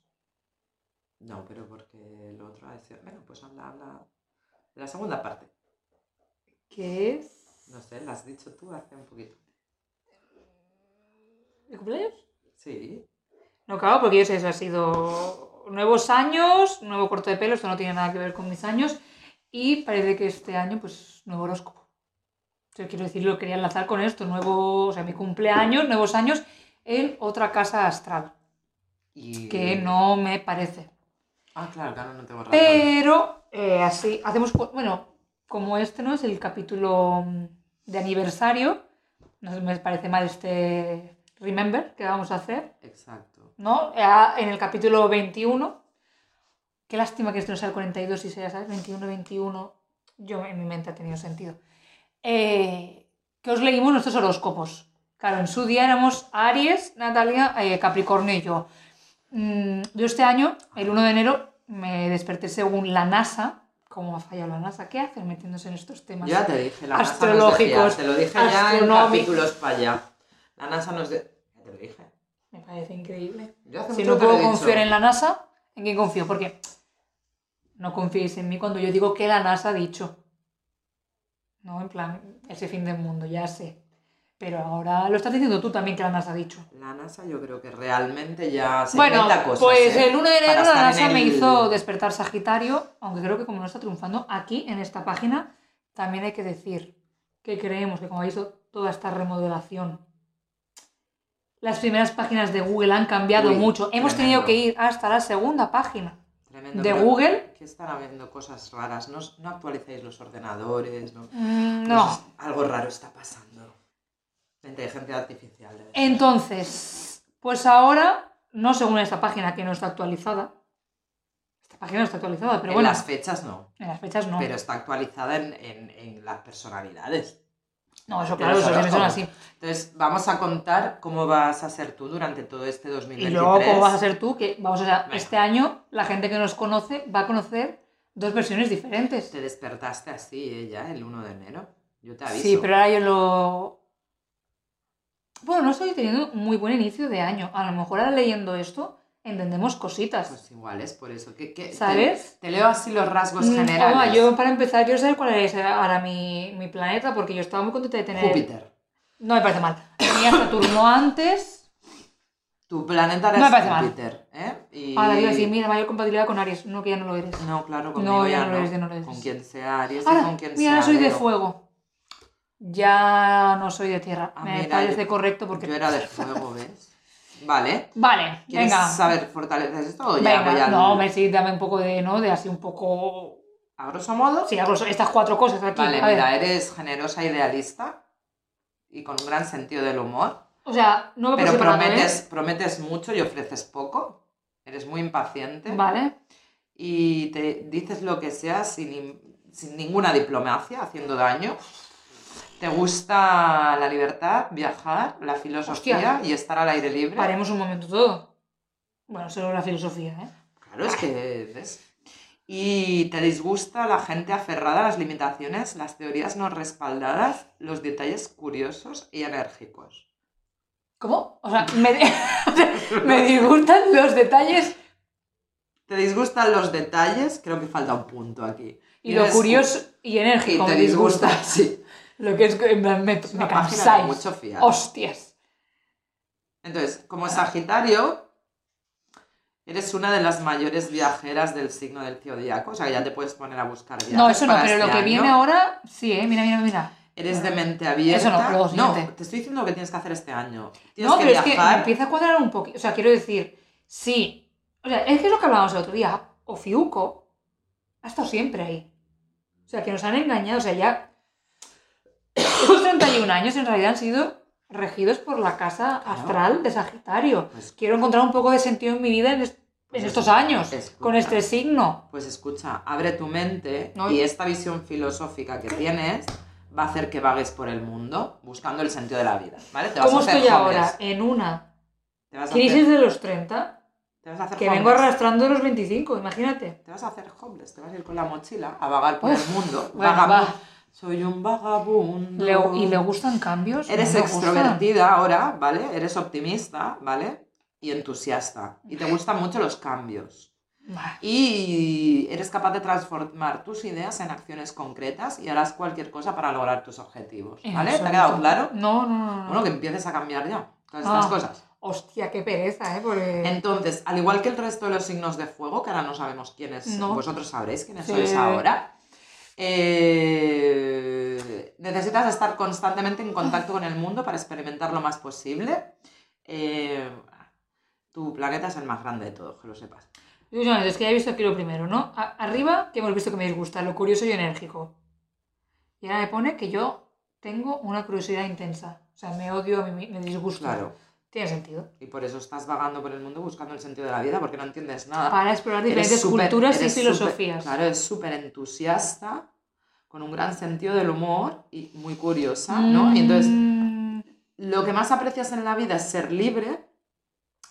[SPEAKER 2] No, pero porque lo otro va a decir, bueno, pues habla, habla de la segunda parte.
[SPEAKER 1] ¿Qué es?
[SPEAKER 2] No sé, la has dicho tú hace un poquito.
[SPEAKER 1] ¿El cumpleaños?
[SPEAKER 2] Sí,
[SPEAKER 1] No, claro, porque yo sé, eso ha sido nuevos años, nuevo corte de pelo, esto no tiene nada que ver con mis años, y parece que este año, pues, nuevo horóscopo. O sea, quiero decir, lo quería enlazar con esto, nuevo, o sea, mi cumpleaños, nuevos años, en otra casa astral,
[SPEAKER 2] y...
[SPEAKER 1] que no me parece.
[SPEAKER 2] Ah, claro, claro, no tengo razón.
[SPEAKER 1] Pero, eh, así, hacemos, co- bueno, como este no es el capítulo mm, de aniversario, no me parece mal este Remember que vamos a hacer,
[SPEAKER 2] Exacto.
[SPEAKER 1] ¿no? Ya En el capítulo 21. Qué lástima que esto no sea el 42 y sea, ¿sabes? 21, 21. Yo en mi mente ha tenido sentido. Eh, que os leímos nuestros horóscopos. Claro, en su día éramos Aries, Natalia, eh, Capricornio y yo. Mm, yo este año, el 1 de enero, me desperté según la NASA. ¿Cómo ha fallado la NASA? ¿Qué hacen metiéndose en estos temas?
[SPEAKER 2] Yo ya te dije, la NASA nos
[SPEAKER 1] Astrológicos,
[SPEAKER 2] decía, te lo dije ya en
[SPEAKER 1] astronómicos.
[SPEAKER 2] capítulos para allá. La NASA nos... De... Ya te lo dije.
[SPEAKER 1] Me parece increíble.
[SPEAKER 2] Yo hace
[SPEAKER 1] Si
[SPEAKER 2] mucho
[SPEAKER 1] no
[SPEAKER 2] te lo
[SPEAKER 1] puedo
[SPEAKER 2] he dicho.
[SPEAKER 1] confiar en la NASA, ¿en quién confío? Porque no confiéis en mí cuando yo digo que la NASA ha dicho. No, en plan, ese fin del mundo, ya sé. Pero ahora lo estás diciendo tú también que la NASA ha dicho.
[SPEAKER 2] La NASA yo creo que realmente ya se
[SPEAKER 1] bueno,
[SPEAKER 2] inventa cosas,
[SPEAKER 1] pues
[SPEAKER 2] ¿eh?
[SPEAKER 1] el 1 de
[SPEAKER 2] Para
[SPEAKER 1] enero la
[SPEAKER 2] estar en
[SPEAKER 1] NASA me
[SPEAKER 2] el-
[SPEAKER 1] hizo despertar Sagitario, aunque creo que como no está triunfando aquí en esta página, también hay que decir que creemos que como ha visto toda esta remodelación, las primeras páginas de Google han cambiado
[SPEAKER 2] Uy,
[SPEAKER 1] mucho. Hemos tenido
[SPEAKER 2] tremendo.
[SPEAKER 1] que ir hasta la segunda página
[SPEAKER 2] Tremendo,
[SPEAKER 1] de
[SPEAKER 2] pero
[SPEAKER 1] Google.
[SPEAKER 2] Que están habiendo cosas raras. No, no actualizáis los ordenadores. No,
[SPEAKER 1] Mm,
[SPEAKER 2] No
[SPEAKER 1] No.
[SPEAKER 2] sé, algo raro está pasando. La inteligencia artificial. debe ser.
[SPEAKER 1] Entonces, pues ahora, no según esta página que no está actualizada. Esta página no está actualizada, pero
[SPEAKER 2] en
[SPEAKER 1] bueno,
[SPEAKER 2] las fechas no,
[SPEAKER 1] en las fechas no.
[SPEAKER 2] pero está actualizada en, en- en las personalidades.
[SPEAKER 1] No, eso
[SPEAKER 2] de
[SPEAKER 1] claro,
[SPEAKER 2] los
[SPEAKER 1] eso sí, son
[SPEAKER 2] horóscopos.
[SPEAKER 1] así.
[SPEAKER 2] Entonces, vamos a contar cómo vas a ser tú durante todo este
[SPEAKER 1] Y
[SPEAKER 2] 2023.
[SPEAKER 1] luego, ¿cómo vas a ser tú? Que vamos, o sea,
[SPEAKER 2] E Venga.
[SPEAKER 1] este año la gente que nos conoce va a conocer dos versiones diferentes.
[SPEAKER 2] Te despertaste así, ¿eh? Ya, el 1 de enero. Yo te aviso.
[SPEAKER 1] Sí, pero ahora yo lo. Bueno, no estoy teniendo un muy buen inicio de año. A lo mejor ahora leyendo esto entendemos cositas.
[SPEAKER 2] Pues igual es por eso. que que- te-
[SPEAKER 1] ¿Sabes?
[SPEAKER 2] Te, leo así los rasgos
[SPEAKER 1] Mm,
[SPEAKER 2] generales.
[SPEAKER 1] Oma, yo para empezar quiero saber cuál es ahora mi, mi planeta, porque yo estaba muy contenta de tener.
[SPEAKER 2] Júpiter.
[SPEAKER 1] No me parece mal. Tenía Saturno antes.
[SPEAKER 2] Tu planeta
[SPEAKER 1] No
[SPEAKER 2] era
[SPEAKER 1] me parece mal.
[SPEAKER 2] Júpiter, ¿eh? Y...
[SPEAKER 1] Ahora iba a decir, mira, mayor compatibilidad con Aries. No, que ya no lo eres.
[SPEAKER 2] No, claro, conmigo
[SPEAKER 1] ya
[SPEAKER 2] ya
[SPEAKER 1] no
[SPEAKER 2] no.
[SPEAKER 1] lo eres, ya no lo eres.
[SPEAKER 2] Con quien sea Aries y
[SPEAKER 1] Ahora,
[SPEAKER 2] con quien
[SPEAKER 1] mira,
[SPEAKER 2] sea.
[SPEAKER 1] ahora soy de
[SPEAKER 2] Leo.
[SPEAKER 1] fuego. Ya no soy de tierra.
[SPEAKER 2] Ah,
[SPEAKER 1] me
[SPEAKER 2] mira,
[SPEAKER 1] parece
[SPEAKER 2] yo-
[SPEAKER 1] correcto porque.
[SPEAKER 2] Yo era de fuego, ¿ves? Vale.
[SPEAKER 1] Vale,
[SPEAKER 2] ¿Quieres
[SPEAKER 1] venga.
[SPEAKER 2] saber fortalezas esto o pues ya
[SPEAKER 1] venga.
[SPEAKER 2] voy al-
[SPEAKER 1] No, hombre, sí, dame un poco de, ¿no? De así un poco.
[SPEAKER 2] A grosso modo.
[SPEAKER 1] Sí, hago estas cuatro cosas aquí.
[SPEAKER 2] Vale,
[SPEAKER 1] a ver.
[SPEAKER 2] mira, eh. eres generosa, idealista y con un gran sentido del humor.
[SPEAKER 1] O sea, no me
[SPEAKER 2] Pero
[SPEAKER 1] puse ¿eh? para
[SPEAKER 2] prometes, prometes mucho y ofreces poco. Eres muy impaciente.
[SPEAKER 1] Vale.
[SPEAKER 2] Y te dices lo que sea sin, im- sin ninguna diplomacia, haciendo daño. Te gusta la libertad, viajar, la filosofía y estar al aire libre.
[SPEAKER 1] Paremos un momento todo. Bueno, solo la filosofía, ¿eh?
[SPEAKER 2] Claro, es que ves. Y te disgusta la gente aferrada a las limitaciones, las teorías no respaldadas, los detalles curiosos y enérgicos.
[SPEAKER 1] ¿Cómo? O sea, me, me disgustan los detalles
[SPEAKER 2] Te disgustan los detalles, creo que falta un punto aquí.
[SPEAKER 1] y lo
[SPEAKER 2] Eres-
[SPEAKER 1] curioso y
[SPEAKER 2] Y
[SPEAKER 1] enérgico.
[SPEAKER 2] te
[SPEAKER 1] me disgusta.
[SPEAKER 2] disgusta, sí.
[SPEAKER 1] Lo que es. que Me, me,
[SPEAKER 2] Es
[SPEAKER 1] me
[SPEAKER 2] una página de
[SPEAKER 1] cansáis.
[SPEAKER 2] mucho fiar.
[SPEAKER 1] Hostias.
[SPEAKER 2] Entonces,
[SPEAKER 1] Ah.
[SPEAKER 2] como Sagitario, eres una de las mayores viajeras del signo del zodiaco, o sea, ya te puedes poner a buscar viajes.
[SPEAKER 1] No, eso no,
[SPEAKER 2] para
[SPEAKER 1] pero
[SPEAKER 2] este
[SPEAKER 1] lo que
[SPEAKER 2] año.
[SPEAKER 1] viene ahora, sí, ¿eh? Mira, mira, mira.
[SPEAKER 2] Eres de mente abierta.
[SPEAKER 1] Eso no, luego
[SPEAKER 2] no,
[SPEAKER 1] siguiente.
[SPEAKER 2] te estoy diciendo lo que tienes que hacer este año. Tienes
[SPEAKER 1] No,
[SPEAKER 2] que
[SPEAKER 1] pero es que me
[SPEAKER 2] viajar.
[SPEAKER 1] empieza a cuadrar un poquito. O sea, quiero decir, sí. O sea, es que es lo que hablábamos el otro día. Ofiuco ha estado siempre ahí. O sea, que nos han engañado. O sea, ya. Estos 31 años en realidad han sido regidos por la casa
[SPEAKER 2] Claro.
[SPEAKER 1] astral de Sagitario.
[SPEAKER 2] Pues-
[SPEAKER 1] Quiero encontrar un poco de sentido en mi vida en, es-
[SPEAKER 2] Pues
[SPEAKER 1] en estos
[SPEAKER 2] escucha,
[SPEAKER 1] años,
[SPEAKER 2] escucha.
[SPEAKER 1] con este signo.
[SPEAKER 2] Pues escucha, abre tu mente
[SPEAKER 1] No.
[SPEAKER 2] y esta visión filosófica que tienes va a hacer que vagues por el mundo buscando el sentido de la vida, ¿vale? Te vas
[SPEAKER 1] ¿Cómo
[SPEAKER 2] a hacer
[SPEAKER 1] estoy
[SPEAKER 2] homeless.
[SPEAKER 1] ahora? En una
[SPEAKER 2] Te vas a hacer,
[SPEAKER 1] crisis de los 30
[SPEAKER 2] te vas a hacer
[SPEAKER 1] que vengo
[SPEAKER 2] homeless.
[SPEAKER 1] arrastrando los 25, imagínate.
[SPEAKER 2] Te vas a hacer homeless, te vas a ir con la mochila a vagar por
[SPEAKER 1] Uf,
[SPEAKER 2] el mundo.
[SPEAKER 1] bueno,
[SPEAKER 2] Vagabundo.
[SPEAKER 1] va.
[SPEAKER 2] Soy un vagabundo.
[SPEAKER 1] Le- ¿Y le gustan cambios?
[SPEAKER 2] Eres
[SPEAKER 1] No me gustan.
[SPEAKER 2] extrovertida ahora, ¿vale? Eres optimista, ¿vale? Y entusiasta. Y te gustan mucho los cambios.
[SPEAKER 1] Bah,
[SPEAKER 2] Y eres capaz de transformar tus ideas en acciones concretas y harás cualquier cosa para lograr tus objetivos.
[SPEAKER 1] en
[SPEAKER 2] ¿Vale? ¿Te ha
[SPEAKER 1] absoluto.
[SPEAKER 2] quedado claro?
[SPEAKER 1] No, no, no. no.
[SPEAKER 2] Bueno, que empieces a cambiar ya todas estas
[SPEAKER 1] Ah.
[SPEAKER 2] cosas.
[SPEAKER 1] Hostia, qué pereza, ¿eh? Porque...
[SPEAKER 2] Entonces, al igual que el resto de los signos de fuego, que ahora no sabemos quiénes,
[SPEAKER 1] No.
[SPEAKER 2] vosotros sabréis quiénes
[SPEAKER 1] Sí.
[SPEAKER 2] sois ahora, eh, necesitas estar constantemente en contacto con el mundo para experimentar lo más posible. Eh, tu planeta es el más grande de todos, que lo sepas.
[SPEAKER 1] Yo, yo, es que ya he visto aquí lo primero, ¿no? A- arriba, que hemos visto que me disgusta, lo curioso y enérgico. Y ahora me pone que yo tengo una curiosidad intensa. O sea, me odio, a mí mi- me disgusta.
[SPEAKER 2] Claro.
[SPEAKER 1] Tiene sentido.
[SPEAKER 2] Y por eso estás vagando por el mundo buscando el sentido de la vida, porque no entiendes nada.
[SPEAKER 1] Para explorar
[SPEAKER 2] Eres
[SPEAKER 1] diferentes
[SPEAKER 2] súper-
[SPEAKER 1] culturas y
[SPEAKER 2] eres súper-
[SPEAKER 1] filosofías.
[SPEAKER 2] claro, es súper entusiasta, con un gran sentido del humor y muy curiosa, ¿no? Y entonces
[SPEAKER 1] Mm,
[SPEAKER 2] lo que más aprecias en la vida es ser libre,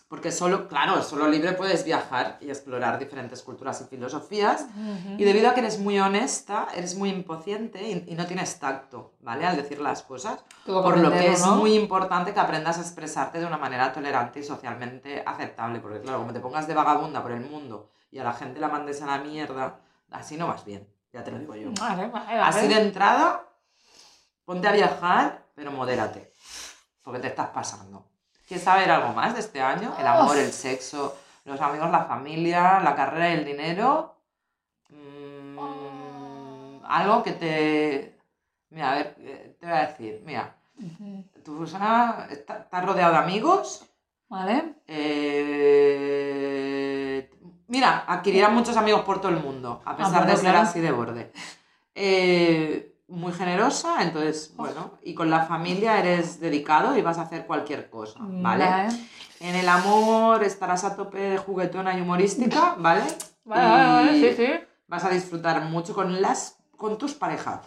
[SPEAKER 2] porque solo, claro, solo libre puedes viajar y explorar diferentes culturas y filosofías.
[SPEAKER 1] Ujú.
[SPEAKER 2] Y debido a que eres muy honesta, eres muy impaciente y, y no tienes tacto, ¿vale? Al decir las cosas.
[SPEAKER 1] Tengo
[SPEAKER 2] Por lo que
[SPEAKER 1] aprenderlo,
[SPEAKER 2] es
[SPEAKER 1] ¿no?
[SPEAKER 2] muy importante que aprendas a expresarte de una manera tolerante y socialmente aceptable. Porque, claro, como te pongas de vagabunda por el mundo y a la gente la mandes a la mierda, así no vas bien. Ya te lo digo yo.
[SPEAKER 1] Vale, vale,
[SPEAKER 2] Así
[SPEAKER 1] vale.
[SPEAKER 2] de entrada, ponte a viajar, pero modérate, porque te estás pasando. ¿Quieres saber algo más de este año? El amor, el sexo, los amigos, la familia, la carrera, el dinero. Mm, algo que te... Mira, a ver, eh, te voy a decir, mira,
[SPEAKER 1] Ujú.
[SPEAKER 2] tú, Susana, está- estás rodeado de amigos.
[SPEAKER 1] Vale.
[SPEAKER 2] eh, mira, adquirirás muchos amigos por todo el mundo, a pesar
[SPEAKER 1] Eh. Ah, bueno,
[SPEAKER 2] de ser
[SPEAKER 1] claro.
[SPEAKER 2] así de borde. Eh, muy generosa, entonces, bueno, y con la familia eres dedicado y vas a hacer cualquier cosa, ¿vale? En el amor estarás a tope de juguetona y humorística, ¿vale?
[SPEAKER 1] Vale, vale, vale,
[SPEAKER 2] Y
[SPEAKER 1] sí, sí.
[SPEAKER 2] Vas a disfrutar mucho con las con tus parejas,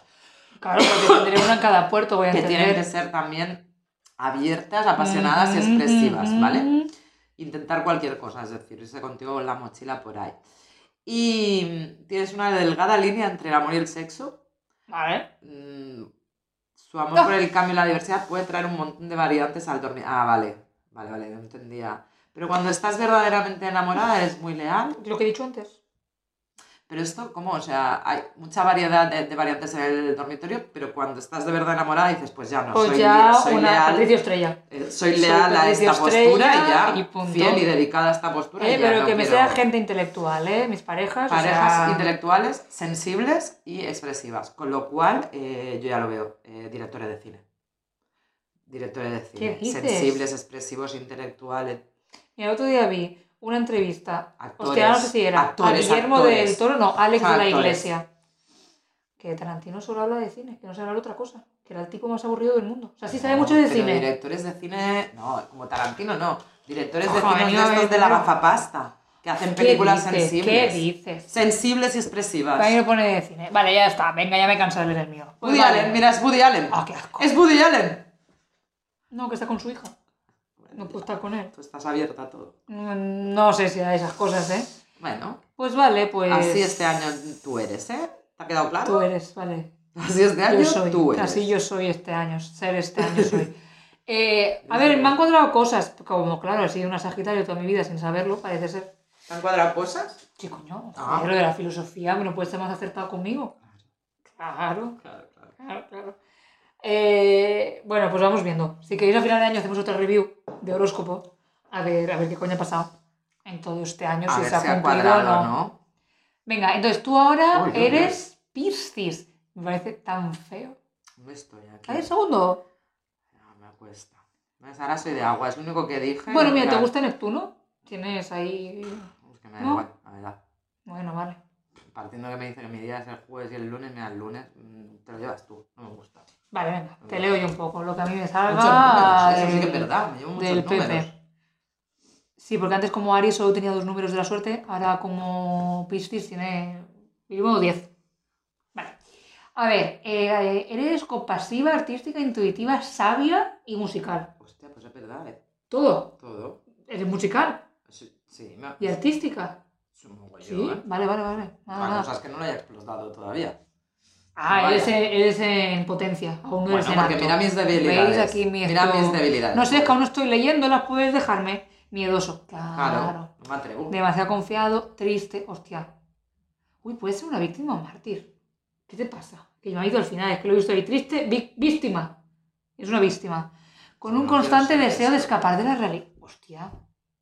[SPEAKER 1] Claro, porque tendré una en cada puerto, voy a
[SPEAKER 2] que tienen que
[SPEAKER 1] entender.
[SPEAKER 2] ser también abiertas, apasionadas
[SPEAKER 1] Mm,
[SPEAKER 2] y expresivas, ¿vale? intentar cualquier cosa, es decir, irse contigo con la mochila por ahí. Y mm, tienes una delgada línea entre el amor y el sexo.
[SPEAKER 1] Vale.
[SPEAKER 2] Mm, Su
[SPEAKER 1] Ah.
[SPEAKER 2] amor por el cambio y la diversidad puede traer un montón de variantes al dormir. Ah, vale, vale, vale, no entendía. Pero cuando estás verdaderamente enamorada eres muy leal.
[SPEAKER 1] Lo que he dicho antes.
[SPEAKER 2] Pero esto, ¿cómo? O sea, hay mucha variedad de, de variantes en el dormitorio, pero cuando estás de verdad enamorada dices, pues ya no,
[SPEAKER 1] Pues
[SPEAKER 2] soy,
[SPEAKER 1] ya
[SPEAKER 2] soy
[SPEAKER 1] una
[SPEAKER 2] leal.
[SPEAKER 1] Patricio Estrella.
[SPEAKER 2] eh, soy
[SPEAKER 1] soy
[SPEAKER 2] leal a
[SPEAKER 1] Patricia
[SPEAKER 2] esta postura y
[SPEAKER 1] Estrella
[SPEAKER 2] ya,
[SPEAKER 1] y punto.
[SPEAKER 2] fiel y dedicada a esta postura.
[SPEAKER 1] Eh,
[SPEAKER 2] y ya
[SPEAKER 1] pero
[SPEAKER 2] no
[SPEAKER 1] que me
[SPEAKER 2] quiero-
[SPEAKER 1] sea gente intelectual, ¿eh? Mis parejas. o
[SPEAKER 2] parejas
[SPEAKER 1] sea,
[SPEAKER 2] intelectuales, sensibles y expresivas. Con lo cual, eh, yo ya lo veo, eh, directores de cine. Directores de cine.
[SPEAKER 1] ¿Qué dices?
[SPEAKER 2] Sensibles, expresivos, intelectuales,
[SPEAKER 1] Mira, el otro día vi una entrevista.
[SPEAKER 2] actores.
[SPEAKER 1] Hostia, no sé si era.
[SPEAKER 2] actores,
[SPEAKER 1] a Guillermo
[SPEAKER 2] actores.
[SPEAKER 1] del Toro, no, Alex
[SPEAKER 2] Ah,
[SPEAKER 1] de la
[SPEAKER 2] actores.
[SPEAKER 1] Iglesia. Que Tarantino solo habla de cine, que no sabe hablar otra cosa. Que era el tipo más aburrido del mundo. O sea, sí sabe
[SPEAKER 2] No,
[SPEAKER 1] mucho de
[SPEAKER 2] pero
[SPEAKER 1] cine.
[SPEAKER 2] Directores de cine, no, como Tarantino, no. Directores de
[SPEAKER 1] Joder,
[SPEAKER 2] cine
[SPEAKER 1] yo-
[SPEAKER 2] de estos de la gafapasta, que hacen
[SPEAKER 1] ¿Qué
[SPEAKER 2] películas
[SPEAKER 1] dices?
[SPEAKER 2] sensibles.
[SPEAKER 1] ¿Qué dices?
[SPEAKER 2] Sensibles y expresivas.
[SPEAKER 1] Ahí lo pone de cine. Vale, ya está. Venga, ya me canso de leer el mío. Pues
[SPEAKER 2] Woody
[SPEAKER 1] vale.
[SPEAKER 2] Allen, mira, es Woody Allen.
[SPEAKER 1] Ah, qué asco.
[SPEAKER 2] Es Woody Allen.
[SPEAKER 1] No, que está con su hija. No pues puedo estar con él.
[SPEAKER 2] Tú estás abierta a todo.
[SPEAKER 1] Mm, No sé si da esas cosas, ¿eh?
[SPEAKER 2] Bueno,
[SPEAKER 1] Pues vale, pues.
[SPEAKER 2] Así este año tú eres, ¿eh? ¿Te ha quedado claro?
[SPEAKER 1] Tú eres, vale.
[SPEAKER 2] Así este año
[SPEAKER 1] Yo soy.
[SPEAKER 2] tú eres.
[SPEAKER 1] Así yo soy este año. Ser este año soy. Eh, a ver, me han encontrado cosas. Como, claro, he sido una Sagitario toda mi vida sin saberlo, parece ser.
[SPEAKER 2] ¿Te han cuadrado cosas?
[SPEAKER 1] Sí, coño.
[SPEAKER 2] Ah.
[SPEAKER 1] joder, Lo de la filosofía, no puede estar más acertado conmigo. Claro.
[SPEAKER 2] Claro, claro.
[SPEAKER 1] Claro, claro. Eh, bueno, pues vamos viendo. Si queréis a final de año hacemos otra review de horóscopo. A ver, a ver qué coño ha pasado en todo este año,
[SPEAKER 2] A
[SPEAKER 1] si
[SPEAKER 2] ver
[SPEAKER 1] se ha
[SPEAKER 2] si ha
[SPEAKER 1] cumplido o no.
[SPEAKER 2] cuadrado, ¿no?
[SPEAKER 1] Venga, entonces tú ahora
[SPEAKER 2] Uy, uy, uy.
[SPEAKER 1] eres Piscis. Me parece tan feo.
[SPEAKER 2] No estoy aquí.
[SPEAKER 1] A ver, segundo.
[SPEAKER 2] No, me cuesta. ¿Ves? Ahora soy de agua, es lo único que dije.
[SPEAKER 1] Bueno, mira, ¿te
[SPEAKER 2] Claro.
[SPEAKER 1] gusta Neptuno? Tienes ahí...
[SPEAKER 2] Es que me da
[SPEAKER 1] ¿No?
[SPEAKER 2] igual, la verdad.
[SPEAKER 1] Bueno, vale.
[SPEAKER 2] Partiendo que me dice que mi día es el jueves y el lunes, mira, el lunes mm, te lo llevas tú. No me gusta.
[SPEAKER 1] Vale, venga. Te leo yo un poco lo que a mí me
[SPEAKER 2] Muchos
[SPEAKER 1] salga
[SPEAKER 2] números, eso sí que
[SPEAKER 1] Ah, del-
[SPEAKER 2] es verdad, me llevo muchos
[SPEAKER 1] del
[SPEAKER 2] números.
[SPEAKER 1] PP. Sí, porque antes como Aries solo tenía dos números de la suerte, ahora como Piscis tiene mínimo 10. Vale. A ver, eh, eres compasiva, artística, intuitiva, sabia y musical.
[SPEAKER 2] Hostia, pues es verdad, ¿eh?
[SPEAKER 1] Todo.
[SPEAKER 2] Todo.
[SPEAKER 1] Eres musical
[SPEAKER 2] Sí, sí me...
[SPEAKER 1] y artística.
[SPEAKER 2] Es un mogollón,
[SPEAKER 1] Sí, Ah.
[SPEAKER 2] ¿eh?
[SPEAKER 1] vale, vale, vale. Nada,
[SPEAKER 2] Para
[SPEAKER 1] nada.
[SPEAKER 2] cosas que no lo haya explotado todavía.
[SPEAKER 1] Ah,
[SPEAKER 2] Vale.
[SPEAKER 1] eres, en- eres en potencia. Aún no
[SPEAKER 2] Bueno,
[SPEAKER 1] eres en
[SPEAKER 2] porque
[SPEAKER 1] acto.
[SPEAKER 2] mira mis debilidades.
[SPEAKER 1] ¿Veis aquí mi
[SPEAKER 2] Mira
[SPEAKER 1] esto?
[SPEAKER 2] mis debilidades.
[SPEAKER 1] No sé, es que aún no estoy leyendo, las puedes dejarme. Miedoso. claro.
[SPEAKER 2] Claro, no me atrevo.
[SPEAKER 1] demasiado confiado, triste, hostia. Uy, puede ser una víctima o mártir. ¿Qué te pasa? Que yo me he ido al final, es que lo he visto ahí triste, vi- víctima. Es una víctima. Con
[SPEAKER 2] No
[SPEAKER 1] un
[SPEAKER 2] quiero
[SPEAKER 1] constante
[SPEAKER 2] ser
[SPEAKER 1] deseo de
[SPEAKER 2] esto.
[SPEAKER 1] escapar de la realidad. Hostia,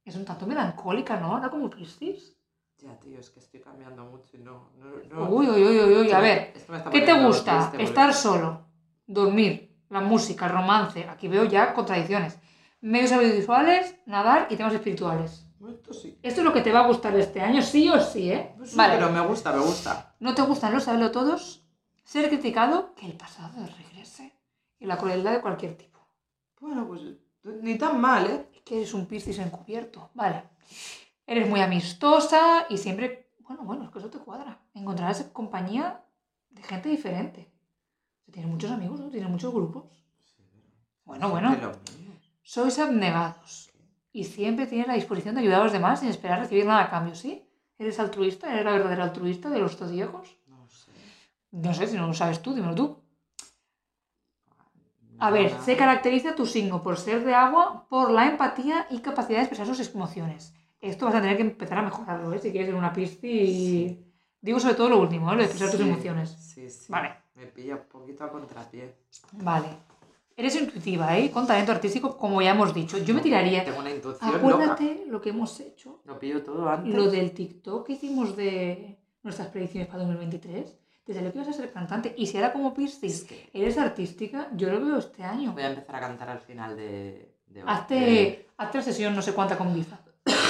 [SPEAKER 1] es un tanto melancólica, ¿no? Ahora como Piscis.
[SPEAKER 2] Ya, tío, es que estoy cambiando mucho y no... no, no-
[SPEAKER 1] Uy, uy, uy, uy, uy.
[SPEAKER 2] Esto
[SPEAKER 1] A
[SPEAKER 2] me-
[SPEAKER 1] ver,
[SPEAKER 2] esto me está
[SPEAKER 1] ¿qué te
[SPEAKER 2] poniendo
[SPEAKER 1] gusta?
[SPEAKER 2] triste,
[SPEAKER 1] Estar solo, dormir, la música, el romance. Aquí veo ya contradicciones. Medios audiovisuales, nadar y temas espirituales.
[SPEAKER 2] boludo. Esto sí.
[SPEAKER 1] Esto es lo que te va a gustar este año, sí o sí, ¿eh?
[SPEAKER 2] Pues sí, Pero me gusta, me gusta.
[SPEAKER 1] no te gustan los saberlo todos, ser criticado, que el pasado regrese y la crueldad de cualquier tipo.
[SPEAKER 2] Bueno, pues ni tan mal, ¿eh?
[SPEAKER 1] Es que eres un piscis encubierto, vale. Eres muy amistosa y siempre, bueno, bueno, es que eso te cuadra. Encontrarás compañía de gente diferente. Tienes muchos amigos, ¿no? Tienes muchos grupos. Bueno, bueno.
[SPEAKER 2] De lo mismo.
[SPEAKER 1] Sois abnegados y siempre tienes la disposición de ayudar a los demás sin esperar recibir nada a cambio, ¿sí? ¿Eres altruista? ¿Eres la verdadera altruista de los todillejos?
[SPEAKER 2] No sé.
[SPEAKER 1] No sé, si no lo sabes tú, dímelo tú. A
[SPEAKER 2] No,
[SPEAKER 1] ver,
[SPEAKER 2] nada.
[SPEAKER 1] se caracteriza tu signo por ser de agua, por la empatía y capacidad de expresar sus emociones. Esto vas a tener que empezar a mejorarlo, ¿eh? Si quieres ser una pista
[SPEAKER 2] Sí.
[SPEAKER 1] Digo sobre todo lo último, ¿eh? Lo de expresar tus
[SPEAKER 2] Sí,
[SPEAKER 1] emociones.
[SPEAKER 2] Sí, sí.
[SPEAKER 1] Vale.
[SPEAKER 2] Me pilla un poquito a contrapié.
[SPEAKER 1] Vale. Eres intuitiva, ¿eh? Con talento artístico, como ya hemos dicho. Yo me tiraría...
[SPEAKER 2] Tengo una intuición loca.
[SPEAKER 1] Acuérdate lo que hemos hecho
[SPEAKER 2] Lo pillo todo antes.
[SPEAKER 1] Lo del TikTok que hicimos de nuestras predicciones para 2023, te salió que ibas a ser cantante. Y si ahora como
[SPEAKER 2] Es
[SPEAKER 1] Piscis
[SPEAKER 2] que
[SPEAKER 1] eres artística, yo lo veo este año.
[SPEAKER 2] voy a empezar a cantar al final de, de hoy. De-
[SPEAKER 1] Hazte, hazte la sesión no sé cuánta con Biza.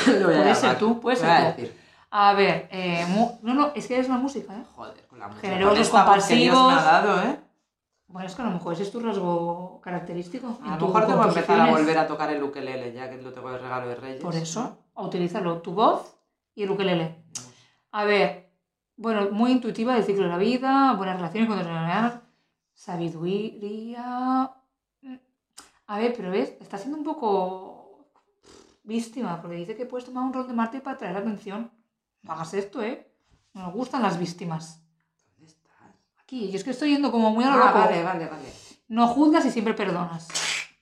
[SPEAKER 2] Lo voy a
[SPEAKER 1] puedes ser
[SPEAKER 2] grabar.
[SPEAKER 1] tú, puedes
[SPEAKER 2] Voy a
[SPEAKER 1] ser tú.
[SPEAKER 2] decir,
[SPEAKER 1] A ver, eh, mu- no, no, es que eres la música, ¿eh?
[SPEAKER 2] joder, con la música.
[SPEAKER 1] Generosos,
[SPEAKER 2] con esta voz que Dios me ha
[SPEAKER 1] compasivos.
[SPEAKER 2] dado, ¿eh?
[SPEAKER 1] Bueno, es que a lo mejor ese es tu rasgo característico. en
[SPEAKER 2] A
[SPEAKER 1] tu
[SPEAKER 2] lo mejor tengo que empezar a
[SPEAKER 1] composiciones.
[SPEAKER 2] volver a tocar el ukelele, ya que lo tengo de regalo de Reyes.
[SPEAKER 1] Por
[SPEAKER 2] ¿no?
[SPEAKER 1] eso, utilízalo, tu voz y el ukelele.
[SPEAKER 2] No sé.
[SPEAKER 1] A ver, bueno, muy intuitiva del ciclo de la vida, buenas relaciones con personas, sabiduría. Mm. A ver, pero ves, está siendo un poco víctima, porque dice que puedes tomar un rol de mártir para atraer la atención. No hagas esto, ¿eh? No nos gustan las víctimas.
[SPEAKER 2] ¿Dónde estás?
[SPEAKER 1] Aquí, yo es que estoy yendo como muy a lo
[SPEAKER 2] Ah,
[SPEAKER 1] loco.
[SPEAKER 2] vale, vale, vale.
[SPEAKER 1] No juzgas y siempre perdonas.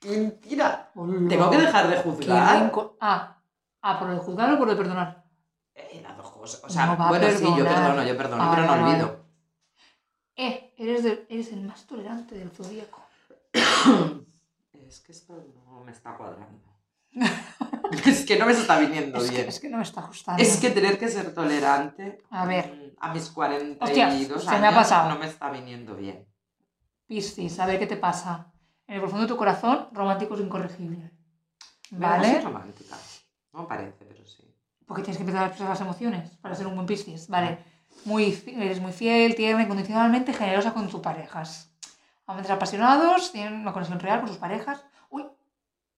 [SPEAKER 2] ¡Mentira! Tengo que dejar de
[SPEAKER 1] Qué
[SPEAKER 2] juzgar.
[SPEAKER 1] rinco- Ah, ah, por el juzgar o por el perdonar.
[SPEAKER 2] Eh, las dos cosas. O sea,
[SPEAKER 1] No va a
[SPEAKER 2] bueno, sí, yo
[SPEAKER 1] perdonar.
[SPEAKER 2] perdono, yo perdono,
[SPEAKER 1] Ah,
[SPEAKER 2] pero no
[SPEAKER 1] vale, vale.
[SPEAKER 2] olvido.
[SPEAKER 1] Eh, eres, del- eres el más tolerante del zodíaco.
[SPEAKER 2] Es que esto no me está cuadrando. es que no me está viniendo
[SPEAKER 1] Es que,
[SPEAKER 2] bien.
[SPEAKER 1] es que no me está gustando.
[SPEAKER 2] Es que tener que ser tolerante
[SPEAKER 1] A ver.
[SPEAKER 2] mm, a mis 42
[SPEAKER 1] Hostia,
[SPEAKER 2] años
[SPEAKER 1] se me ha pasado.
[SPEAKER 2] no me está viniendo bien.
[SPEAKER 1] Piscis, a ver qué te pasa. En el profundo de tu corazón, romántico es incorregible.
[SPEAKER 2] Bueno, soy
[SPEAKER 1] ¿Vale?
[SPEAKER 2] romántica. No parece, pero sí.
[SPEAKER 1] Porque tienes que empezar a expresar las emociones para ser un buen Piscis. Vale. Muy, fi- eres muy fiel, tierna, incondicionalmente generosa con tus parejas. Amantes apasionados, tienen una conexión real con sus parejas. Uy.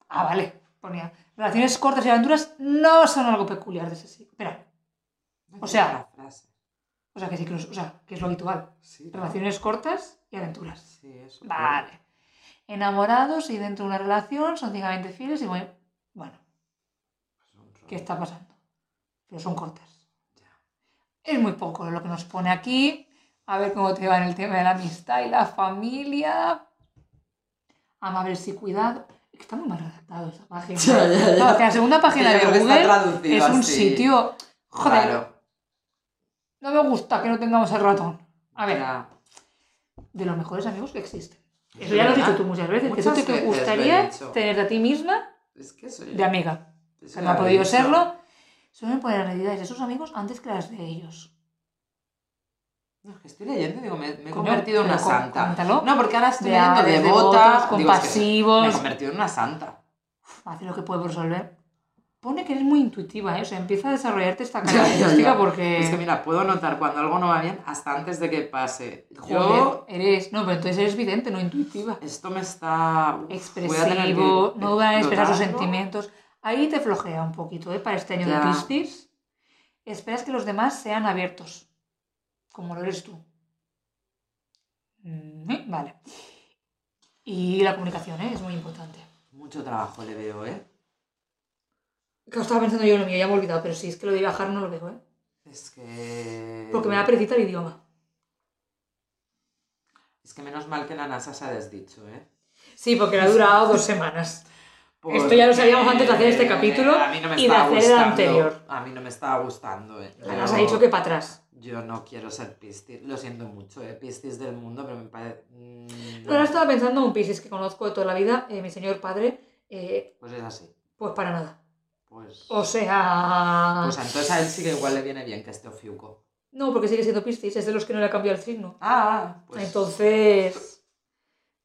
[SPEAKER 1] Ah, vale. Ponía. Relaciones cortas y aventuras no son algo peculiar de ese signo. Espera.
[SPEAKER 2] No
[SPEAKER 1] O
[SPEAKER 2] entiendo
[SPEAKER 1] sea-
[SPEAKER 2] la frase.
[SPEAKER 1] O sea, que sí que, los- o sea, que es lo habitual.
[SPEAKER 2] Sí, ¿no?
[SPEAKER 1] Relaciones cortas y aventuras.
[SPEAKER 2] Sí, eso.
[SPEAKER 1] Vale. Enamorados y dentro de una relación son ciegamente fieles y muy... Bueno,
[SPEAKER 2] pero es un
[SPEAKER 1] ¿qué
[SPEAKER 2] rollo.
[SPEAKER 1] está pasando? Pero son cortas.
[SPEAKER 2] Ya.
[SPEAKER 1] Es muy poco lo que nos pone aquí. A ver cómo te va en el tema de la amistad y la familia. Amables y cuidado. Es que está muy mal redactado esa página.
[SPEAKER 2] Ya, ya, ya.
[SPEAKER 1] O sea, la segunda página
[SPEAKER 2] Yo creo que
[SPEAKER 1] de
[SPEAKER 2] está
[SPEAKER 1] Google
[SPEAKER 2] traducido
[SPEAKER 1] es un
[SPEAKER 2] así.
[SPEAKER 1] sitio... Joder,
[SPEAKER 2] Claro.
[SPEAKER 1] no me gusta que no tengamos el ratón. A ver,
[SPEAKER 2] Ya.
[SPEAKER 1] de los mejores amigos que existen.
[SPEAKER 2] Es
[SPEAKER 1] Eso ya lo has
[SPEAKER 2] verdad.
[SPEAKER 1] dicho tú muchas veces. que
[SPEAKER 2] Muchas
[SPEAKER 1] tú te
[SPEAKER 2] veces lo he
[SPEAKER 1] gustaría
[SPEAKER 2] dicho.
[SPEAKER 1] tenerte a ti misma
[SPEAKER 2] Es que soy.
[SPEAKER 1] de amiga.
[SPEAKER 2] es
[SPEAKER 1] que
[SPEAKER 2] que
[SPEAKER 1] no ha
[SPEAKER 2] lo he
[SPEAKER 1] podido
[SPEAKER 2] dicho.
[SPEAKER 1] serlo, suelen poner las necesidades de sus amigos antes que las de ellos.
[SPEAKER 2] No, es que estoy leyendo, digo, me, me he
[SPEAKER 1] Coño,
[SPEAKER 2] convertido en
[SPEAKER 1] pero
[SPEAKER 2] una
[SPEAKER 1] com-
[SPEAKER 2] santa.
[SPEAKER 1] coméntalo.
[SPEAKER 2] No, porque ahora estoy leyendo
[SPEAKER 1] Leales,
[SPEAKER 2] devota,
[SPEAKER 1] devotos,
[SPEAKER 2] digo, es que me he
[SPEAKER 1] compasivos,
[SPEAKER 2] convertido en una santa.
[SPEAKER 1] hace lo que puede por resolver. Pone que eres muy intuitiva, ¿eh? o sea, empieza a desarrollarte esta
[SPEAKER 2] Ya, ya,
[SPEAKER 1] característica
[SPEAKER 2] ya.
[SPEAKER 1] porque...
[SPEAKER 2] Es que mira, puedo notar cuando algo no va bien hasta antes de que pase.
[SPEAKER 1] Joder,
[SPEAKER 2] Yo,
[SPEAKER 1] eres... No, pero entonces eres vidente, no intuitiva.
[SPEAKER 2] esto me está... uf, voy a tener que
[SPEAKER 1] Expresivo, no duda en expresar sus
[SPEAKER 2] explotarlo.
[SPEAKER 1] sentimientos. Ahí te flojea un poquito, ¿eh? Para este año
[SPEAKER 2] Ya.
[SPEAKER 1] de Piscis. Esperas que los demás sean abiertos, como lo eres tú. Mm, Vale. Y la comunicación, ¿eh? Es muy importante.
[SPEAKER 2] Mucho trabajo le veo, ¿eh?
[SPEAKER 1] Que lo estaba pensando yo en lo mío, ya me he olvidado, pero si es que lo de viajar no lo veo, ¿eh?
[SPEAKER 2] Es que...
[SPEAKER 1] Porque me da perecita el idioma.
[SPEAKER 2] Es que menos mal que la NASA se ha desdicho, ¿eh?
[SPEAKER 1] Sí, porque le ha durado dos semanas.
[SPEAKER 2] Porque-
[SPEAKER 1] Esto ya lo sabíamos antes de hacer este capítulo
[SPEAKER 2] Eh, A mí no me
[SPEAKER 1] y de
[SPEAKER 2] estaba
[SPEAKER 1] hacer el
[SPEAKER 2] gustando.
[SPEAKER 1] anterior.
[SPEAKER 2] A mí no me estaba gustando, ¿eh?
[SPEAKER 1] Ahora Nos
[SPEAKER 2] Yo-
[SPEAKER 1] ha dicho que para atrás.
[SPEAKER 2] Yo no quiero ser pistis. Lo siento mucho, ¿eh? Pistis del mundo, pero me parece... mm,
[SPEAKER 1] Pero ahora estaba pensando en un Piscis que conozco de toda la vida, eh, mi señor padre, eh,
[SPEAKER 2] Pues es así.
[SPEAKER 1] pues para nada.
[SPEAKER 2] Pues...
[SPEAKER 1] O sea...
[SPEAKER 2] Pues entonces a él sí que igual le viene bien que esté Ofiuco.
[SPEAKER 1] No, porque sigue siendo Piscis, es de los que no le ha cambiado el signo.
[SPEAKER 2] Ah, pues,
[SPEAKER 1] Entonces.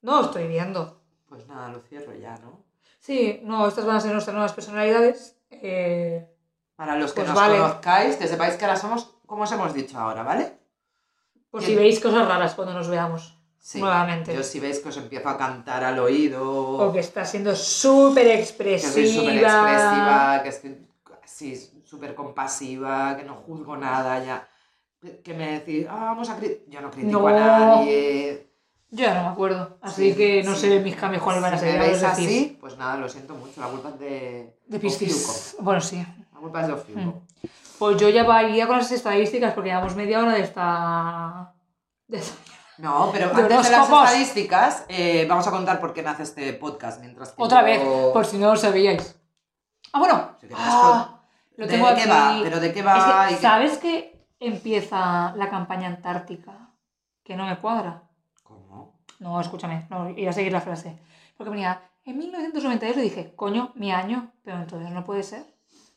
[SPEAKER 1] No lo estoy viendo.
[SPEAKER 2] pues nada, lo cierro ya, ¿no?
[SPEAKER 1] Sí, no, estas van a ser nuestras nuevas personalidades. eh,
[SPEAKER 2] Para los que
[SPEAKER 1] Pues
[SPEAKER 2] nos
[SPEAKER 1] vale.
[SPEAKER 2] conozcáis, que sepáis que ahora somos, como os hemos dicho ahora, ¿vale?
[SPEAKER 1] por si
[SPEAKER 2] Bien.
[SPEAKER 1] veis cosas raras cuando nos veamos
[SPEAKER 2] Sí.
[SPEAKER 1] nuevamente.
[SPEAKER 2] Yo si veis que os empiezo a cantar al oído,
[SPEAKER 1] O que está siendo súper
[SPEAKER 2] Oh. que soy
[SPEAKER 1] expresiva.
[SPEAKER 2] súper expresiva, que estoy así, súper compasiva, que no juzgo nada ya, que me decís, ah, vamos a criticar, yo no critico
[SPEAKER 1] No.
[SPEAKER 2] a nadie,
[SPEAKER 1] Yo ya no me acuerdo, así
[SPEAKER 2] Sí,
[SPEAKER 1] que no
[SPEAKER 2] sí.
[SPEAKER 1] sé mis cambios cuáles van a
[SPEAKER 2] Si
[SPEAKER 1] ser.
[SPEAKER 2] me
[SPEAKER 1] ya los
[SPEAKER 2] veis
[SPEAKER 1] decís.
[SPEAKER 2] así, pues nada, lo siento mucho, la culpa es de...
[SPEAKER 1] De Piscis. Bueno, sí.
[SPEAKER 2] Ofiuco. La culpa es de Ofiuco.
[SPEAKER 1] Pues yo ya iría con las estadísticas porque llevamos media hora de esta... de esta-
[SPEAKER 2] No, pero
[SPEAKER 1] De
[SPEAKER 2] antes de las
[SPEAKER 1] horóscopos.
[SPEAKER 2] estadísticas, eh, vamos a contar por qué nace este podcast. mientras que
[SPEAKER 1] Otra
[SPEAKER 2] yo-
[SPEAKER 1] vez, por si no lo sabíais. Ah, bueno.
[SPEAKER 2] Si queréis
[SPEAKER 1] Ah, lo
[SPEAKER 2] ¿De
[SPEAKER 1] tengo
[SPEAKER 2] qué
[SPEAKER 1] aquí.
[SPEAKER 2] va? ¿Pero de qué va?
[SPEAKER 1] Es que,
[SPEAKER 2] Y-
[SPEAKER 1] ¿Sabes que empieza la campaña antártica? Que no me cuadra.
[SPEAKER 2] ¿Cómo?
[SPEAKER 1] No, escúchame, no, iba a seguir la frase. Porque venía, en 1992 le dije, coño, mi año, pero entonces no puede ser.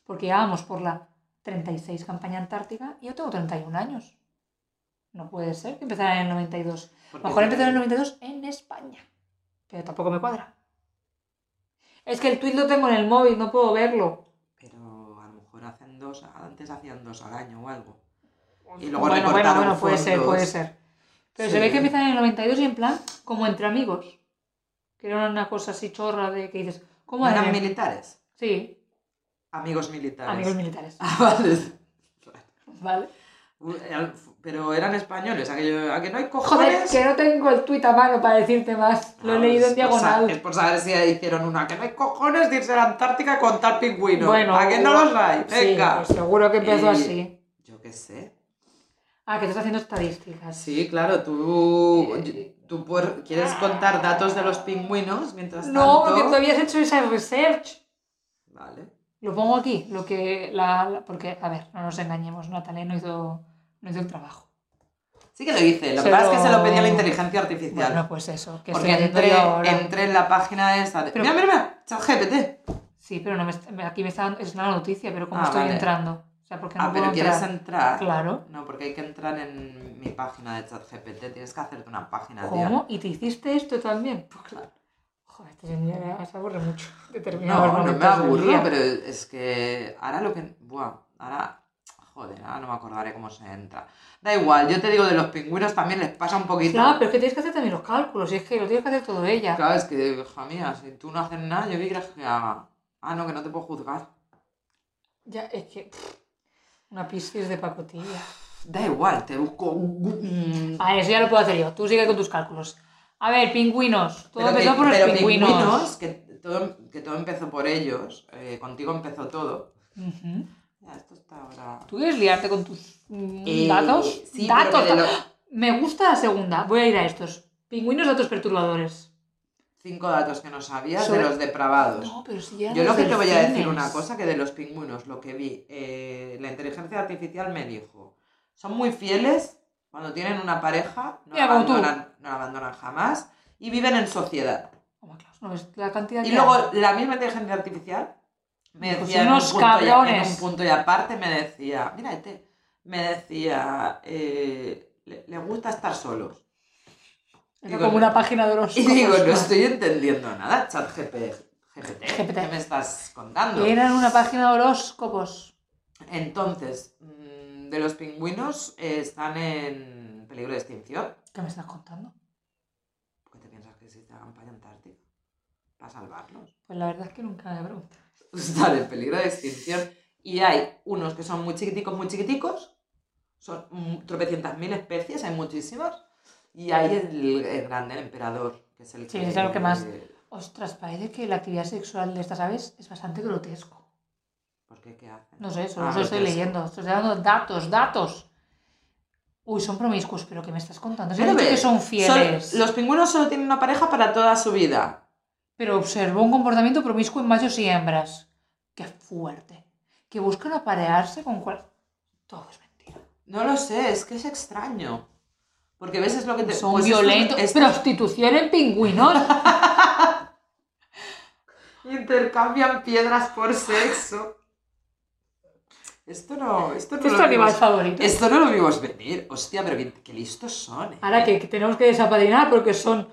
[SPEAKER 1] Porque ya vamos por la 36 campaña antártica y yo tengo 31 años. No puede ser que empezara en el 92. A lo
[SPEAKER 2] Porque-
[SPEAKER 1] mejor empezó en el 92 en España. Pero tampoco me cuadra. Es que el tweet lo tengo en el móvil, no puedo verlo.
[SPEAKER 2] Pero a lo mejor hacen dos, antes hacían dos al año o algo. Y
[SPEAKER 1] bueno,
[SPEAKER 2] luego
[SPEAKER 1] bueno,
[SPEAKER 2] recortaron
[SPEAKER 1] bueno, puede ser,
[SPEAKER 2] fondos.
[SPEAKER 1] puede ser. Pero
[SPEAKER 2] Sí.
[SPEAKER 1] se ve que empiezan en el 92 y en plan, como entre amigos. Que era una cosa así chorra de que dices, ¿cómo
[SPEAKER 2] Eran
[SPEAKER 1] eran?
[SPEAKER 2] militares.
[SPEAKER 1] sí,
[SPEAKER 2] Amigos militares.
[SPEAKER 1] amigos militares.
[SPEAKER 2] Ah, vale. eh,
[SPEAKER 1] Vale.
[SPEAKER 2] Pero eran españoles, a que, yo- a que no hay cojones.
[SPEAKER 1] Joder, que no tengo el tweet a mano para decirte más. Lo he leído
[SPEAKER 2] Ah,
[SPEAKER 1] en
[SPEAKER 2] es por sa- Es
[SPEAKER 1] diagonal.
[SPEAKER 2] por saber si hicieron una. Que no hay cojones de irse a la Antártica con tal pingüino.
[SPEAKER 1] Bueno,
[SPEAKER 2] a que no los hay.
[SPEAKER 1] Sí,
[SPEAKER 2] Venga.
[SPEAKER 1] pues seguro que empezó
[SPEAKER 2] Y-
[SPEAKER 1] así.
[SPEAKER 2] Yo qué sé.
[SPEAKER 1] Ah, que estás haciendo estadísticas.
[SPEAKER 2] Sí, claro, tú.
[SPEAKER 1] Eh.
[SPEAKER 2] Tú por- quieres contar datos de los pingüinos mientras
[SPEAKER 1] No,
[SPEAKER 2] tanto.
[SPEAKER 1] porque tú habías hecho esa research.
[SPEAKER 2] Vale.
[SPEAKER 1] Lo pongo aquí, lo que la, la- porque a ver, no nos engañemos, Natalia no hizo no hizo el trabajo.
[SPEAKER 2] Sí que lo hice. Lo que
[SPEAKER 1] Se
[SPEAKER 2] pasa es que
[SPEAKER 1] lo-
[SPEAKER 2] se lo pedí a la inteligencia artificial.
[SPEAKER 1] Bueno, pues eso, que
[SPEAKER 2] porque
[SPEAKER 1] estoy haciendo
[SPEAKER 2] entré,
[SPEAKER 1] yo ahora.
[SPEAKER 2] entré en la página esa. De...
[SPEAKER 1] Pero-
[SPEAKER 2] Mira, mira, mira. ChatGPT.
[SPEAKER 1] Sí, pero no me est- aquí me está es una noticia, pero cómo
[SPEAKER 2] Ah,
[SPEAKER 1] estoy
[SPEAKER 2] vale.
[SPEAKER 1] entrando? O sea, porque no
[SPEAKER 2] ah,
[SPEAKER 1] puedo
[SPEAKER 2] pero quieres
[SPEAKER 1] entrar.
[SPEAKER 2] entrar.
[SPEAKER 1] Claro.
[SPEAKER 2] No, porque hay que entrar en mi página de ChatGPT. Tienes que hacerte una página, tía.
[SPEAKER 1] ¿Cómo? ¿Y te hiciste esto también? Pues claro. Joder, este señor se aburre mucho. Determinados
[SPEAKER 2] No, no
[SPEAKER 1] momentos
[SPEAKER 2] me
[SPEAKER 1] del
[SPEAKER 2] aburro,
[SPEAKER 1] día.
[SPEAKER 2] pero es que ahora lo que... Buah, ahora... Joder, ahora no me acordaré cómo se entra. Da igual, yo te digo, de los pingüinos también les pasa un poquito...
[SPEAKER 1] Claro, pero es que tienes que hacer también los cálculos, y es que lo tienes que hacer todo ella.
[SPEAKER 2] Claro, es que, hija mía, si tú no haces nada, yo qué crees que haga. Ah, no, que no te puedo juzgar.
[SPEAKER 1] Ya, es que pff, una piscis de pacotilla.
[SPEAKER 2] Da igual, te busco... un- mm,
[SPEAKER 1] Ah, eso ya lo puedo hacer yo. Tú sigue con tus cálculos. A ver, pingüinos. Todo
[SPEAKER 2] que-
[SPEAKER 1] empezó por los
[SPEAKER 2] pero
[SPEAKER 1] pingüinos.
[SPEAKER 2] que, todo, que todo empezó por ellos. eh, contigo empezó todo.
[SPEAKER 1] Ujú.
[SPEAKER 2] Ya, esto está ahora...
[SPEAKER 1] ¿Tú quieres liarte con tus mm,
[SPEAKER 2] Eh,
[SPEAKER 1] datos?
[SPEAKER 2] sí, pero
[SPEAKER 1] datos.
[SPEAKER 2] que de
[SPEAKER 1] da-
[SPEAKER 2] los
[SPEAKER 1] Me gusta la segunda. Voy a ir a estos. Pingüinos, datos perturbadores.
[SPEAKER 2] cinco datos que no sabías
[SPEAKER 1] Sobre-
[SPEAKER 2] de los depravados.
[SPEAKER 1] No, pero si ya
[SPEAKER 2] Yo lo que te voy a decir una cosa, que de los pingüinos, lo que vi, eh, la inteligencia artificial me dijo, son muy fieles, cuando tienen una pareja, no,
[SPEAKER 1] Mira,
[SPEAKER 2] la
[SPEAKER 1] como tú.
[SPEAKER 2] abandonan, no la abandonan jamás, y viven en sociedad.
[SPEAKER 1] ¿No ves la cantidad que
[SPEAKER 2] Y
[SPEAKER 1] hay?
[SPEAKER 2] luego la misma inteligencia artificial me
[SPEAKER 1] Pues
[SPEAKER 2] decía en
[SPEAKER 1] unos
[SPEAKER 2] un punto y a- en, un punto y,
[SPEAKER 1] cabrones.
[SPEAKER 2] aparte, me decía, mira, este, me decía, eh, le, le gusta estar solos.
[SPEAKER 1] Era
[SPEAKER 2] digo,
[SPEAKER 1] como una página de los.
[SPEAKER 2] Y digo, no estoy entendiendo nada, chat GPT. GPT,
[SPEAKER 1] GPT.
[SPEAKER 2] ¿qué me estás contando?
[SPEAKER 1] Eran una página de horóscopos.
[SPEAKER 2] Entonces, mm, de los pingüinos eh, están en peligro de extinción.
[SPEAKER 1] ¿Qué me estás contando?
[SPEAKER 2] ¿Por qué te piensas que existe la campaña antártica? Para salvarlos.
[SPEAKER 1] Pues la verdad es que nunca me he preguntado.
[SPEAKER 2] Están en peligro de extinción. Y hay unos que son muy chiquiticos, muy chiquiticos. Son mm, tropecientas mil especies, hay muchísimas. Y hay el, el grande, el emperador, que es el
[SPEAKER 1] Sí,
[SPEAKER 2] que...
[SPEAKER 1] es el que más- Ostras, parece que la actividad sexual de estas aves es bastante grotesco.
[SPEAKER 2] ¿Por qué? ¿Qué hacen?
[SPEAKER 1] No sé, solo
[SPEAKER 2] Ah,
[SPEAKER 1] eso estoy
[SPEAKER 2] grotesco.
[SPEAKER 1] leyendo. Estoy dando datos, datos. Uy, son promiscuos, pero ¿qué me estás contando? Se
[SPEAKER 2] Pero
[SPEAKER 1] dicho
[SPEAKER 2] ve,
[SPEAKER 1] que son
[SPEAKER 2] Solo-
[SPEAKER 1] fieles.
[SPEAKER 2] los pingüinos solo tienen una pareja para toda su vida.
[SPEAKER 1] Pero observó un comportamiento promiscuo en machos y hembras. ¡Qué fuerte! Que buscan aparearse con cual... Todo es mentira.
[SPEAKER 2] No lo sé, es que es extraño. Porque ves, es lo que te.
[SPEAKER 1] Son
[SPEAKER 2] pues esto-
[SPEAKER 1] violentos.
[SPEAKER 2] esto-
[SPEAKER 1] Prostitución en pingüinos.
[SPEAKER 2] Intercambian piedras por sexo. Esto no. Esto no,
[SPEAKER 1] ¿Qué Este es tu
[SPEAKER 2] lo,
[SPEAKER 1] animal
[SPEAKER 2] vimos,
[SPEAKER 1] favorito?
[SPEAKER 2] esto no lo vimos venir. Hostia, pero qué, qué listos son. ¿eh?
[SPEAKER 1] Ahora que que tenemos que desapadrinar porque son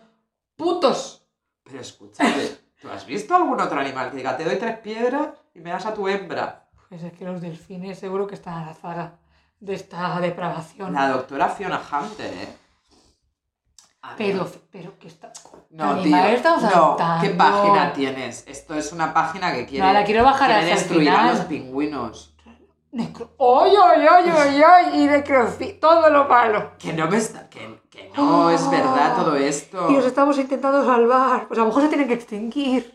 [SPEAKER 1] putos.
[SPEAKER 2] Pero escúchame, ¿tú has visto algún otro animal que diga, te doy tres piedras y me das a tu hembra?
[SPEAKER 1] Pues es que los delfines seguro que están a la zaga de esta depravación.
[SPEAKER 2] La doctora Fiona Hunter, ¿eh? Ah,
[SPEAKER 1] Pero, pero que está...
[SPEAKER 2] No, tío.
[SPEAKER 1] Animales estamos
[SPEAKER 2] No, ¿qué
[SPEAKER 1] adaptando.
[SPEAKER 2] página tienes? Esto es una página que quiere,
[SPEAKER 1] No, la quiero bajar
[SPEAKER 2] quiere
[SPEAKER 1] hasta el
[SPEAKER 2] destruir a
[SPEAKER 1] final.
[SPEAKER 2] los pingüinos.
[SPEAKER 1] Necro... ¡Oy, oy, oy, oy, oy! Y necrofi... Todo lo malo.
[SPEAKER 2] Que no me está, que, que no es verdad todo esto.
[SPEAKER 1] Ah. Y los estamos intentando salvar. Pues a lo mejor se tienen que extinguir.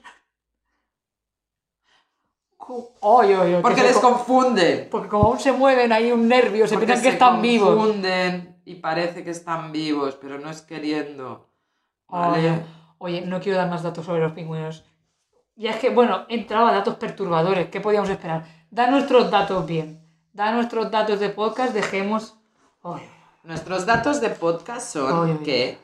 [SPEAKER 1] Co- ¡Oy, oy, oy!
[SPEAKER 2] Porque
[SPEAKER 1] que se
[SPEAKER 2] les
[SPEAKER 1] co-
[SPEAKER 2] confunden.
[SPEAKER 1] Porque como aún se mueven ahí un nervio, se
[SPEAKER 2] Porque
[SPEAKER 1] piensan que están
[SPEAKER 2] Se
[SPEAKER 1] vivos.
[SPEAKER 2] confunden y parece que están vivos, pero no es queriendo.
[SPEAKER 1] Oye,
[SPEAKER 2] ¿Vale?
[SPEAKER 1] Oye, no quiero dar más datos sobre los pingüinos. Ya es que, bueno, entraba datos perturbadores. ¿Qué podíamos esperar? Da nuestros datos bien. Da nuestros datos de podcast, dejemos. Oy,
[SPEAKER 2] Nuestros datos de podcast son
[SPEAKER 1] Ay, ay, ay.
[SPEAKER 2] que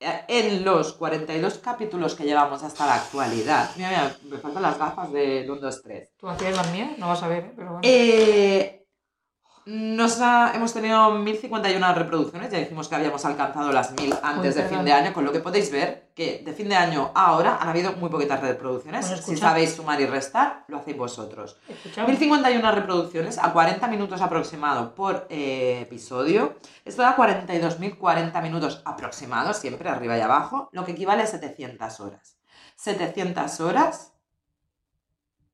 [SPEAKER 2] eh, en los 42 capítulos que llevamos hasta la actualidad. Mira, mira, me faltan las gafas del 1, 2, 3.
[SPEAKER 1] ¿Tú hacías las mías? No vas a ver, ¿eh? pero bueno.
[SPEAKER 2] Eh, nos ha- hemos tenido 1051 reproducciones, ya dijimos que habíamos alcanzado las 1000 antes
[SPEAKER 1] Joder,
[SPEAKER 2] de fin
[SPEAKER 1] perdón.
[SPEAKER 2] de año, con lo que podéis ver que de fin de año a ahora han habido muy poquitas reproducciones.
[SPEAKER 1] Bueno,
[SPEAKER 2] si
[SPEAKER 1] escucha.
[SPEAKER 2] sabéis sumar y restar, lo hacéis vosotros.
[SPEAKER 1] Escuchamos.
[SPEAKER 2] 1051 reproducciones a 40 minutos aproximado por eh, episodio. Esto da 42.040 minutos aproximados, siempre arriba y abajo, lo que equivale a 700 horas. 700 horas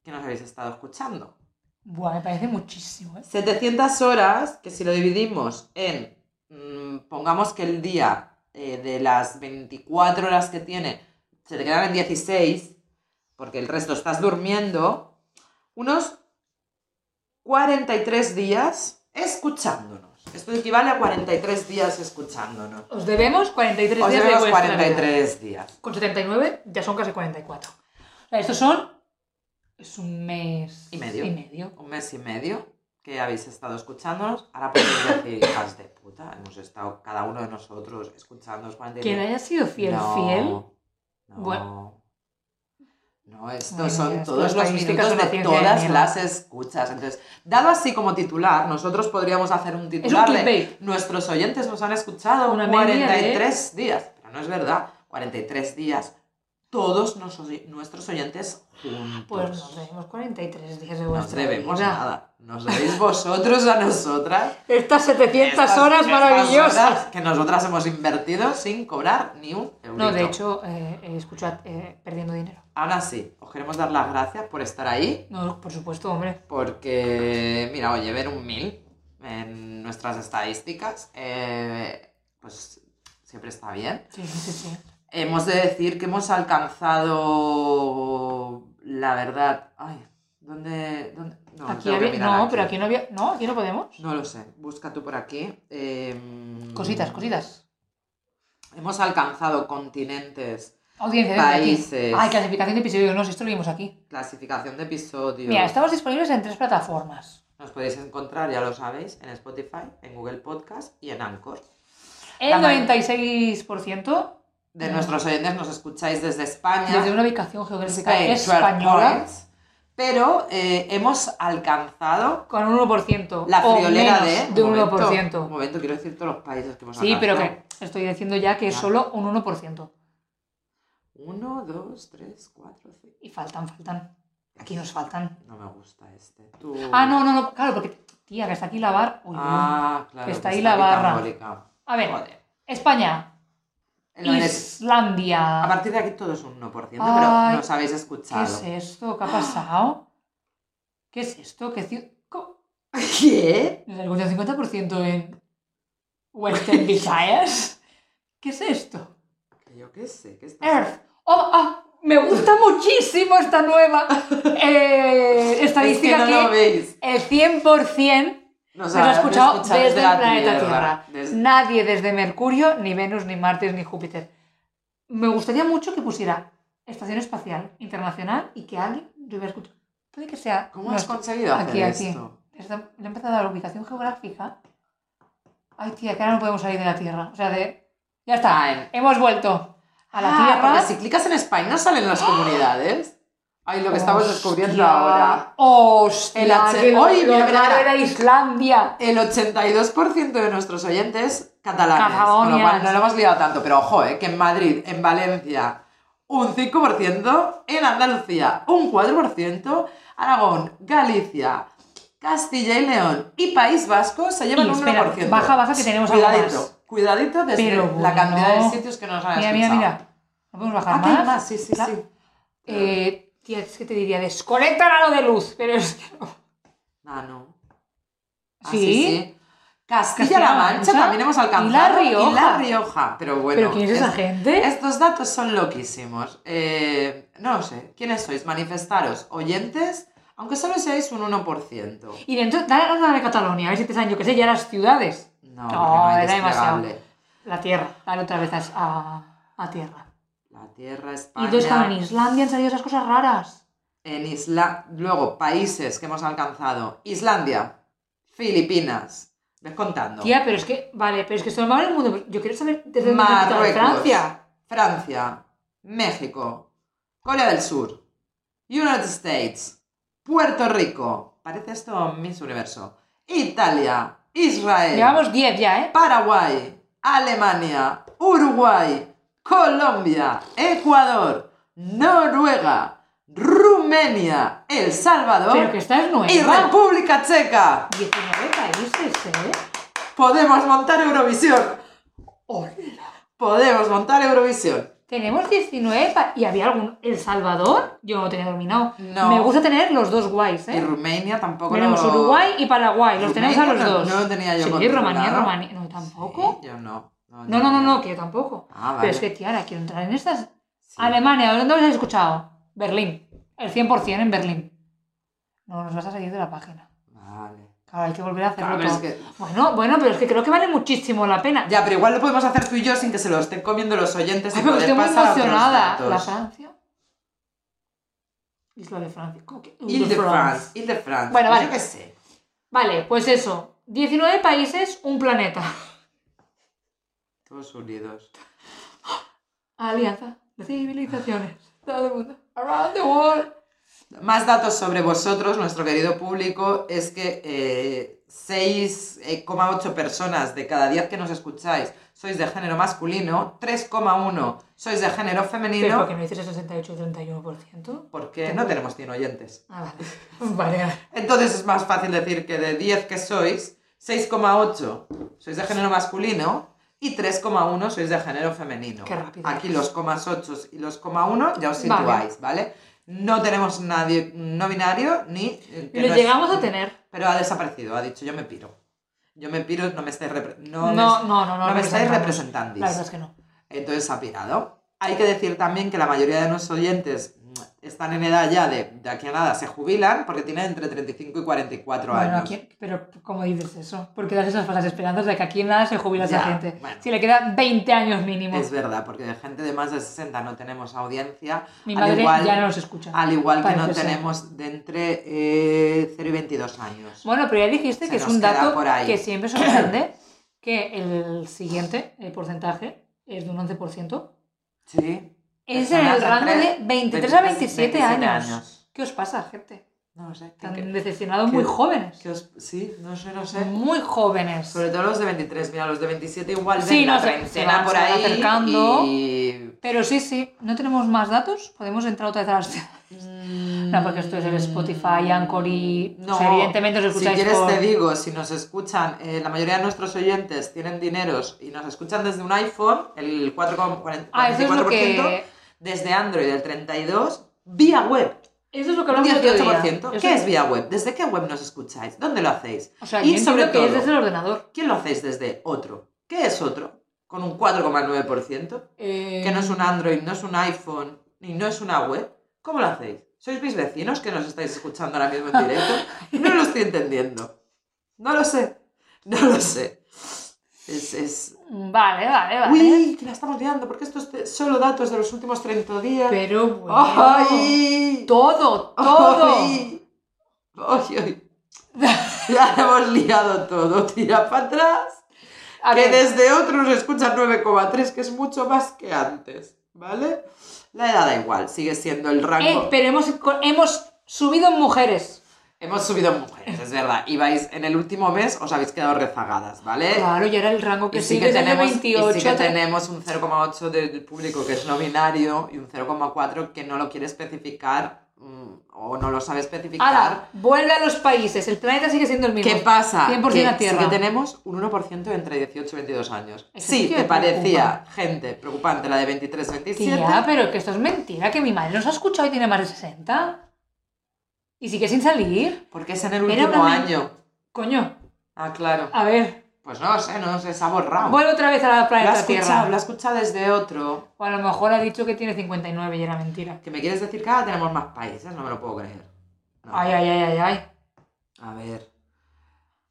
[SPEAKER 2] que nos habéis estado escuchando.
[SPEAKER 1] Buah, me parece muchísimo, ¿eh?
[SPEAKER 2] 700 horas, que si lo dividimos en, mm, pongamos que el día eh, de las 24 horas que tiene, se te quedan en 16, porque el resto estás durmiendo, unos 43 días escuchándonos. Esto equivale a 43 días escuchándonos.
[SPEAKER 1] Os debemos 43
[SPEAKER 2] Os
[SPEAKER 1] días de
[SPEAKER 2] llevo los
[SPEAKER 1] vuestra vida.
[SPEAKER 2] 43 días.
[SPEAKER 1] Con 79 ya son casi 44. O sea, estos son. Es un mes.
[SPEAKER 2] Y medio.
[SPEAKER 1] Y medio.
[SPEAKER 2] Un mes y medio que habéis estado escuchándonos. Ahora podéis decir, hijas de puta, hemos estado cada uno de nosotros escuchándonos 43
[SPEAKER 1] Quien haya sido fiel,
[SPEAKER 2] No,
[SPEAKER 1] fiel.
[SPEAKER 2] No.
[SPEAKER 1] Bueno.
[SPEAKER 2] No, estos
[SPEAKER 1] Bueno,
[SPEAKER 2] son
[SPEAKER 1] ya, este
[SPEAKER 2] todos
[SPEAKER 1] esto
[SPEAKER 2] los
[SPEAKER 1] estadísticas
[SPEAKER 2] minutos
[SPEAKER 1] son una
[SPEAKER 2] de
[SPEAKER 1] ciencia de
[SPEAKER 2] todas
[SPEAKER 1] mierda.
[SPEAKER 2] las escuchas. Entonces, dado así como titular, nosotros podríamos hacer un
[SPEAKER 1] Es un
[SPEAKER 2] titular de
[SPEAKER 1] clickbait.
[SPEAKER 2] nuestros oyentes nos han escuchado
[SPEAKER 1] Una media ¿eh?
[SPEAKER 2] 43 días. Pero no es verdad, 43 días. Todos nos- nuestros oyentes juntos.
[SPEAKER 1] Pues nos debemos 43 días de
[SPEAKER 2] No
[SPEAKER 1] vuestra
[SPEAKER 2] debemos
[SPEAKER 1] vida.
[SPEAKER 2] nada. Nos debéis vosotros a nosotras.
[SPEAKER 1] Estas 700
[SPEAKER 2] Estas-
[SPEAKER 1] horas
[SPEAKER 2] estas
[SPEAKER 1] maravillosas.
[SPEAKER 2] horas que nosotras hemos invertido sin cobrar ni un euro.
[SPEAKER 1] No, de hecho, eh, eh, escuchad, eh, perdiendo dinero.
[SPEAKER 2] Ahora sí, os queremos dar las gracias por estar ahí,
[SPEAKER 1] No, por supuesto, hombre.
[SPEAKER 2] porque, mira, oye, ver un mil en nuestras estadísticas, eh, pues siempre está bien.
[SPEAKER 1] Sí, sí, sí. sí.
[SPEAKER 2] Hemos de decir que hemos alcanzado, la verdad, ay, ¿dónde? dónde? No,
[SPEAKER 1] aquí
[SPEAKER 2] tengo que
[SPEAKER 1] había.
[SPEAKER 2] mirar
[SPEAKER 1] No,
[SPEAKER 2] aquí.
[SPEAKER 1] pero aquí no había. No, aquí no podemos.
[SPEAKER 2] No lo sé, busca tú por aquí. em,
[SPEAKER 1] Cositas, cositas.
[SPEAKER 2] Hemos alcanzado continentes,
[SPEAKER 1] Audiencia, de
[SPEAKER 2] Países.
[SPEAKER 1] Ay, clasificación de episodios. No, si esto lo vimos aquí.
[SPEAKER 2] clasificación de episodios.
[SPEAKER 1] Mira, estamos disponibles en tres plataformas.
[SPEAKER 2] Nos podéis encontrar, ya lo sabéis, en Spotify, en Google Podcast y en Anchor.
[SPEAKER 1] El
[SPEAKER 2] La ma-
[SPEAKER 1] 96%
[SPEAKER 2] De
[SPEAKER 1] Mm.
[SPEAKER 2] nuestros oyentes nos escucháis desde España,
[SPEAKER 1] desde una ubicación geográfica
[SPEAKER 2] Spain, 12
[SPEAKER 1] española
[SPEAKER 2] points, pero eh, hemos alcanzado
[SPEAKER 1] con un 1%.
[SPEAKER 2] la
[SPEAKER 1] o
[SPEAKER 2] friolera de...
[SPEAKER 1] menos de un
[SPEAKER 2] momento,
[SPEAKER 1] 1%.
[SPEAKER 2] Un momento, quiero decir todos los países que hemos
[SPEAKER 1] Sí, pero
[SPEAKER 2] alcanzado.
[SPEAKER 1] que estoy diciendo ya que es
[SPEAKER 2] Ya.
[SPEAKER 1] solo un 1%.
[SPEAKER 2] Uno, dos, tres, cuatro, cinco...
[SPEAKER 1] Y faltan, faltan. Aquí nos faltan.
[SPEAKER 2] No me gusta este. Tú-
[SPEAKER 1] Ah, no, no, no. Claro, porque, tía, que está aquí la barra. Uy, uy.
[SPEAKER 2] Ah, claro.
[SPEAKER 1] Que está
[SPEAKER 2] que
[SPEAKER 1] ahí la barra.
[SPEAKER 2] pitagórica.
[SPEAKER 1] A ver,
[SPEAKER 2] Joder.
[SPEAKER 1] España,
[SPEAKER 2] Lo eres- A
[SPEAKER 1] Islandia.
[SPEAKER 2] partir de aquí todo es un 1%,
[SPEAKER 1] Ay,
[SPEAKER 2] pero nos habéis
[SPEAKER 1] ¿Qué
[SPEAKER 2] escuchado.
[SPEAKER 1] es esto? ¿Qué ha pasado? ¿Qué es esto? ¿Qué ciudad?
[SPEAKER 2] ¿Qué?
[SPEAKER 1] Nos ha escuchado un 50% en Western Visayas. ¿Qué es esto?
[SPEAKER 2] Que Yo qué sé, ¿qué está
[SPEAKER 1] Earth. Oh, ah, me gusta muchísimo esta nueva eh,
[SPEAKER 2] Es que
[SPEAKER 1] estadística
[SPEAKER 2] no
[SPEAKER 1] que,
[SPEAKER 2] lo veis.
[SPEAKER 1] el 100%
[SPEAKER 2] Nos
[SPEAKER 1] se lo ha
[SPEAKER 2] habéis
[SPEAKER 1] escuchado
[SPEAKER 2] escuchado
[SPEAKER 1] desde
[SPEAKER 2] la
[SPEAKER 1] el planeta Tierra.
[SPEAKER 2] Desde-
[SPEAKER 1] Nadie desde Mercurio, ni Venus, ni Marte, ni Júpiter. Me gustaría mucho que pusiera Estación Espacial Internacional y que alguien lo hubiera escuchado. Puede que sea.
[SPEAKER 2] ¿Cómo has
[SPEAKER 1] nuestro-
[SPEAKER 2] conseguido hacer
[SPEAKER 1] Aquí, aquí.
[SPEAKER 2] esto?
[SPEAKER 1] Desde- Le he empezado a dar la ubicación geográfica. Ay, tía, que ahora no podemos salir de la Tierra. O sea, de. Ya está.
[SPEAKER 2] Ay.
[SPEAKER 1] Hemos vuelto a la
[SPEAKER 2] Ah,
[SPEAKER 1] Tierra. ¡Ah!
[SPEAKER 2] porque si clicas en España salen las comunidades. Ay, lo que estamos descubriendo
[SPEAKER 1] Hostia.
[SPEAKER 2] ahora.
[SPEAKER 1] ¡Hostia!
[SPEAKER 2] El H-
[SPEAKER 1] que lo-
[SPEAKER 2] ¡Ay,
[SPEAKER 1] lo
[SPEAKER 2] mira, mira,
[SPEAKER 1] raro
[SPEAKER 2] mira!
[SPEAKER 1] era Islandia!
[SPEAKER 2] El 82% de nuestros oyentes catalanes. Con lo cual
[SPEAKER 1] Catalonias.
[SPEAKER 2] no lo hemos liado tanto, pero ojo, eh, que en Madrid, en Valencia, un 5%, en Andalucía, un 4%, Aragón, Galicia, Castilla y León y País Vasco se llevan
[SPEAKER 1] Y
[SPEAKER 2] un
[SPEAKER 1] espera,
[SPEAKER 2] 1%.
[SPEAKER 1] baja, baja, que tenemos algo
[SPEAKER 2] Cuidadito,
[SPEAKER 1] más.
[SPEAKER 2] cuidadito desde
[SPEAKER 1] Pero
[SPEAKER 2] la
[SPEAKER 1] bueno.
[SPEAKER 2] cantidad de sitios que nos han
[SPEAKER 1] Mira, mira,
[SPEAKER 2] escuchado.
[SPEAKER 1] mira. ¿No podemos bajar
[SPEAKER 2] Aquí hay
[SPEAKER 1] más?
[SPEAKER 2] Ah, más, sí, sí,
[SPEAKER 1] La-
[SPEAKER 2] sí.
[SPEAKER 1] Eh, tía, es que te diría, desconecta lo de luz, pero es que no.
[SPEAKER 2] Ah, no. Ah, Castilla-La
[SPEAKER 1] Castilla-La
[SPEAKER 2] Mancha
[SPEAKER 1] Mancha
[SPEAKER 2] también hemos alcanzado.
[SPEAKER 1] y La Rioja.
[SPEAKER 2] y La Rioja. Pero bueno.
[SPEAKER 1] ¿Pero quién es esa
[SPEAKER 2] es-
[SPEAKER 1] gente?
[SPEAKER 2] Estos datos son loquísimos. Eh, no lo sé. ¿Quiénes sois? Manifestaros, oyentes, aunque solo seáis un 1%.
[SPEAKER 1] Y dentro, dale la de Cataluña, a ver si te salen, yo qué sé, ya las ciudades.
[SPEAKER 2] No,
[SPEAKER 1] No,
[SPEAKER 2] porque no hay
[SPEAKER 1] era demasiado.
[SPEAKER 2] desplegable.
[SPEAKER 1] La tierra, dale otra vez a, a- a tierra.
[SPEAKER 2] La Tierra,
[SPEAKER 1] Y
[SPEAKER 2] España.
[SPEAKER 1] entonces, claro, en Islandia han salido esas cosas raras.
[SPEAKER 2] En Isla... Luego, países que hemos alcanzado. Islandia, Filipinas. Ves contando.
[SPEAKER 1] Tía, pero es que, vale, pero es que esto no va el mundo. Yo quiero saber desde dónde está
[SPEAKER 2] Marruecos.
[SPEAKER 1] Francia.
[SPEAKER 2] Francia, México, Corea del Sur, United States, Puerto Rico, parece esto Miss Universo, Italia, Israel,
[SPEAKER 1] Llevamos 10 ya, ¿eh?
[SPEAKER 2] Paraguay, Alemania, Uruguay, Colombia, Ecuador, Noruega, Rumenia, El
[SPEAKER 1] Pero
[SPEAKER 2] Salvador
[SPEAKER 1] que esta es nueva.
[SPEAKER 2] y República Checa.
[SPEAKER 1] 19 países, ¿eh?
[SPEAKER 2] Podemos montar Eurovisión. Podemos montar Eurovisión.
[SPEAKER 1] Tenemos 19 pa- ¿Y había algún. El Salvador? Yo no lo tenía dominado.
[SPEAKER 2] No.
[SPEAKER 1] Me gusta tener los dos guays,
[SPEAKER 2] Y
[SPEAKER 1] ¿eh?
[SPEAKER 2] Rumenia tampoco
[SPEAKER 1] Tenemos
[SPEAKER 2] lo-
[SPEAKER 1] Uruguay y Paraguay. Los tenemos a los
[SPEAKER 2] Rumania no-
[SPEAKER 1] dos.
[SPEAKER 2] no lo tenía yo
[SPEAKER 1] Sí,
[SPEAKER 2] controlado.
[SPEAKER 1] Rumanía, Rumanía. No, tampoco.
[SPEAKER 2] Sí, yo no.
[SPEAKER 1] No, no, no, no, que yo tampoco.
[SPEAKER 2] Ah, vale.
[SPEAKER 1] Pero es que, tía, ahora quiero entrar en estas.
[SPEAKER 2] Sí.
[SPEAKER 1] Alemania, ¿dónde los has escuchado? Berlín. El 100% en Berlín. No, nos vas a salir de la página.
[SPEAKER 2] Vale.
[SPEAKER 1] Claro, hay que volver a hacerlo
[SPEAKER 2] Ah, pero es
[SPEAKER 1] todo.
[SPEAKER 2] que-
[SPEAKER 1] Bueno, bueno, pero es que creo que vale muchísimo la pena.
[SPEAKER 2] Ya, pero igual lo podemos hacer tú y yo sin que se lo estén comiendo los oyentes.
[SPEAKER 1] Ay,
[SPEAKER 2] y
[SPEAKER 1] pero
[SPEAKER 2] poder
[SPEAKER 1] estoy muy
[SPEAKER 2] pasar a otros
[SPEAKER 1] emocionada.
[SPEAKER 2] datos.
[SPEAKER 1] La Francia. Isla de Francia. ¿Cómo que?
[SPEAKER 2] Ile de France. Ile de France.
[SPEAKER 1] Bueno, vale.
[SPEAKER 2] Yo qué sé.
[SPEAKER 1] Vale, pues eso. 19 países, un planeta.
[SPEAKER 2] Todos unidos.
[SPEAKER 1] Alianza de civilizaciones. Todo el mundo. Around the world.
[SPEAKER 2] Más datos sobre vosotros, nuestro querido público, es que eh, 6,8 personas de cada 10 que nos escucháis sois de género masculino, 3,1 sois de
[SPEAKER 1] ¿Pero
[SPEAKER 2] género
[SPEAKER 1] por
[SPEAKER 2] femenino,
[SPEAKER 1] qué no dices el 68 y 31%?
[SPEAKER 2] porque no tenemos 100 oyentes.
[SPEAKER 1] Ah, vale. Vale.
[SPEAKER 2] Entonces es más fácil decir que de 10 que sois, 6,8 sois de género masculino y 3,1 sois de género femenino.
[SPEAKER 1] Qué rápido.
[SPEAKER 2] Aquí los comas 8 y los coma 1 ya os situáis, ¿vale? No tenemos nadie no binario ni... eh, que
[SPEAKER 1] Lo
[SPEAKER 2] no es-
[SPEAKER 1] llegamos a tener.
[SPEAKER 2] Pero ha desaparecido, ha dicho yo me piro. Yo me piro, no me estáis, repre-
[SPEAKER 1] No,
[SPEAKER 2] no me-
[SPEAKER 1] no, no. No,
[SPEAKER 2] no me estáis
[SPEAKER 1] representamos.
[SPEAKER 2] representando.
[SPEAKER 1] La verdad es que no.
[SPEAKER 2] Entonces ha pirado. Hay que decir también que la mayoría de nuestros oyentes mm, están en edad ya de, de aquí a nada, se jubilan porque tienen entre 35 y 44
[SPEAKER 1] Bueno,
[SPEAKER 2] años.
[SPEAKER 1] aquí- pero ¿cómo dices eso? Porque das esas falsas esperanzas de que aquí en nada se jubila
[SPEAKER 2] Ya,
[SPEAKER 1] esa gente.
[SPEAKER 2] bueno.
[SPEAKER 1] Si le quedan 20 años mínimo.
[SPEAKER 2] Es verdad, porque de gente de más de 60 no tenemos audiencia,
[SPEAKER 1] Mi
[SPEAKER 2] al
[SPEAKER 1] madre
[SPEAKER 2] igual-
[SPEAKER 1] ya no los escucha.
[SPEAKER 2] al igual que no
[SPEAKER 1] Parece ser.
[SPEAKER 2] tenemos de entre eh, 0 y 22 años.
[SPEAKER 1] Bueno, pero ya dijiste
[SPEAKER 2] Se
[SPEAKER 1] que es
[SPEAKER 2] nos
[SPEAKER 1] un
[SPEAKER 2] queda
[SPEAKER 1] dato
[SPEAKER 2] por ahí.
[SPEAKER 1] que siempre sorprende que el siguiente el porcentaje es de un 11%.
[SPEAKER 2] Sí.
[SPEAKER 1] Es en
[SPEAKER 2] Personas
[SPEAKER 1] el rango
[SPEAKER 2] entre
[SPEAKER 1] de 23 a 27,
[SPEAKER 2] 27
[SPEAKER 1] años.
[SPEAKER 2] años.
[SPEAKER 1] ¿Qué os pasa, gente?
[SPEAKER 2] No lo sé.
[SPEAKER 1] Tan
[SPEAKER 2] que- que-
[SPEAKER 1] decepcionados
[SPEAKER 2] que-
[SPEAKER 1] muy jóvenes.
[SPEAKER 2] que os- sí, no sé, no sé.
[SPEAKER 1] Muy jóvenes.
[SPEAKER 2] Sobre todo los de 23, mira, los de 27 igual
[SPEAKER 1] Sí,
[SPEAKER 2] ven
[SPEAKER 1] no
[SPEAKER 2] la
[SPEAKER 1] sé, se
[SPEAKER 2] treintena
[SPEAKER 1] van-
[SPEAKER 2] por
[SPEAKER 1] se van
[SPEAKER 2] ahí
[SPEAKER 1] acercando.
[SPEAKER 2] y...
[SPEAKER 1] Pero sí, sí, no tenemos más datos. Podemos entrar otra vez a las. No, porque esto es el Spotify, Anchor y. o sea, evidentemente os
[SPEAKER 2] si
[SPEAKER 1] escucháis
[SPEAKER 2] quieres
[SPEAKER 1] por-
[SPEAKER 2] te digo, si nos escuchan, eh, la mayoría de nuestros oyentes tienen dineros y nos escuchan desde un iPhone, el 4,44%,
[SPEAKER 1] Ah, eso es lo que.
[SPEAKER 2] desde Android el 32%, vía web,
[SPEAKER 1] Eso es lo que
[SPEAKER 2] un
[SPEAKER 1] hablamos el otro día.
[SPEAKER 2] 18%.
[SPEAKER 1] Eso-
[SPEAKER 2] ¿Qué es vía web? ¿Desde qué web nos escucháis? ¿Dónde lo hacéis?
[SPEAKER 1] O sea,
[SPEAKER 2] Y
[SPEAKER 1] yo
[SPEAKER 2] sobre
[SPEAKER 1] entiendo que es
[SPEAKER 2] todo-
[SPEAKER 1] desde el ordenador.
[SPEAKER 2] ¿Quién lo hacéis desde otro? ¿Qué es otro? Con un 4,9%, que no
[SPEAKER 1] Eh,
[SPEAKER 2] es un Android, no es un iPhone, ni no es una web. ¿Cómo lo hacéis? ¿Sois mis vecinos que nos estáis escuchando ahora mismo en directo? No lo estoy entendiendo. No lo sé. No lo sé. Es. es...
[SPEAKER 1] Vale, vale, vale.
[SPEAKER 2] ¡Uy! Que la estamos liando, porque esto es de- solo datos de los últimos 30 días.
[SPEAKER 1] Pero bueno.
[SPEAKER 2] ¡Ay!
[SPEAKER 1] Todo, todo.
[SPEAKER 2] ¡Ay! ¡Ay, ay! Ya la hemos liado todo. Tira para atrás.
[SPEAKER 1] A
[SPEAKER 2] que
[SPEAKER 1] ver, eh,
[SPEAKER 2] desde otros escuchan 9,3, que es mucho más que antes. ¿Vale? La edad da igual, sigue siendo el rango.
[SPEAKER 1] eh, pero hemos, hemos subido en mujeres.
[SPEAKER 2] Hemos subido mujeres, es verdad. Y vais, en el último mes os habéis quedado rezagadas, ¿vale?
[SPEAKER 1] Claro, ya era el rango que
[SPEAKER 2] Eh, Y sí
[SPEAKER 1] sigue
[SPEAKER 2] que,
[SPEAKER 1] desde
[SPEAKER 2] tenemos, y sí que
[SPEAKER 1] 28.
[SPEAKER 2] tenemos un 0,8 del público que es no binario y un 0,4 que no lo quiere especificar mm, o no lo sabe especificar.
[SPEAKER 1] Ahora, vuelve a los países. El planeta sigue siendo el mismo.
[SPEAKER 2] ¿Qué pasa?
[SPEAKER 1] 100%
[SPEAKER 2] que
[SPEAKER 1] la Tierra.
[SPEAKER 2] sí que tenemos un 1% entre 18 y 22 años.
[SPEAKER 1] Eso
[SPEAKER 2] sí,
[SPEAKER 1] sí que
[SPEAKER 2] te
[SPEAKER 1] me
[SPEAKER 2] parecía gente preocupante la de 23-27.
[SPEAKER 1] Tía, pero que esto es mentira, que mi madre nos ha escuchado y tiene más de 60. Y sigue sin salir.
[SPEAKER 2] Porque es en el
[SPEAKER 1] Pero
[SPEAKER 2] último
[SPEAKER 1] también-
[SPEAKER 2] año.
[SPEAKER 1] Coño.
[SPEAKER 2] Ah, claro.
[SPEAKER 1] A ver,
[SPEAKER 2] Pues no sé, no sé, se ha borrado.
[SPEAKER 1] vuelve otra vez a la
[SPEAKER 2] lo ha
[SPEAKER 1] planeta
[SPEAKER 2] escuchado, lo
[SPEAKER 1] Tierra.
[SPEAKER 2] ha escuchado desde otro.
[SPEAKER 1] O a lo mejor ha dicho que tiene 59 y era mentira.
[SPEAKER 2] Que me quieres decir que ahora tenemos más países, no me lo puedo creer. No.
[SPEAKER 1] Ay, ay, ay, ay, ay.
[SPEAKER 2] A ver.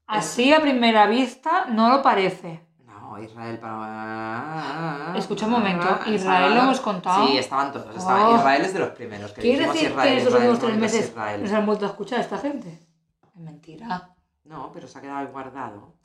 [SPEAKER 1] Así a primera vista no lo parece.
[SPEAKER 2] No, Israel ah, para.
[SPEAKER 1] Escucha un momento, Israel lo hemos contado.
[SPEAKER 2] Sí, estaban todos. estaba-
[SPEAKER 1] Oh.
[SPEAKER 2] Israel es de los primeros que
[SPEAKER 1] ¿Quieres
[SPEAKER 2] dijimos
[SPEAKER 1] decir
[SPEAKER 2] Israel,
[SPEAKER 1] que en estos
[SPEAKER 2] Israel,
[SPEAKER 1] últimos tres
[SPEAKER 2] no,
[SPEAKER 1] meses
[SPEAKER 2] Israel.
[SPEAKER 1] nos han vuelto a escuchar a esta gente? Es mentira.
[SPEAKER 2] No, pero se ha quedado ahí guardado.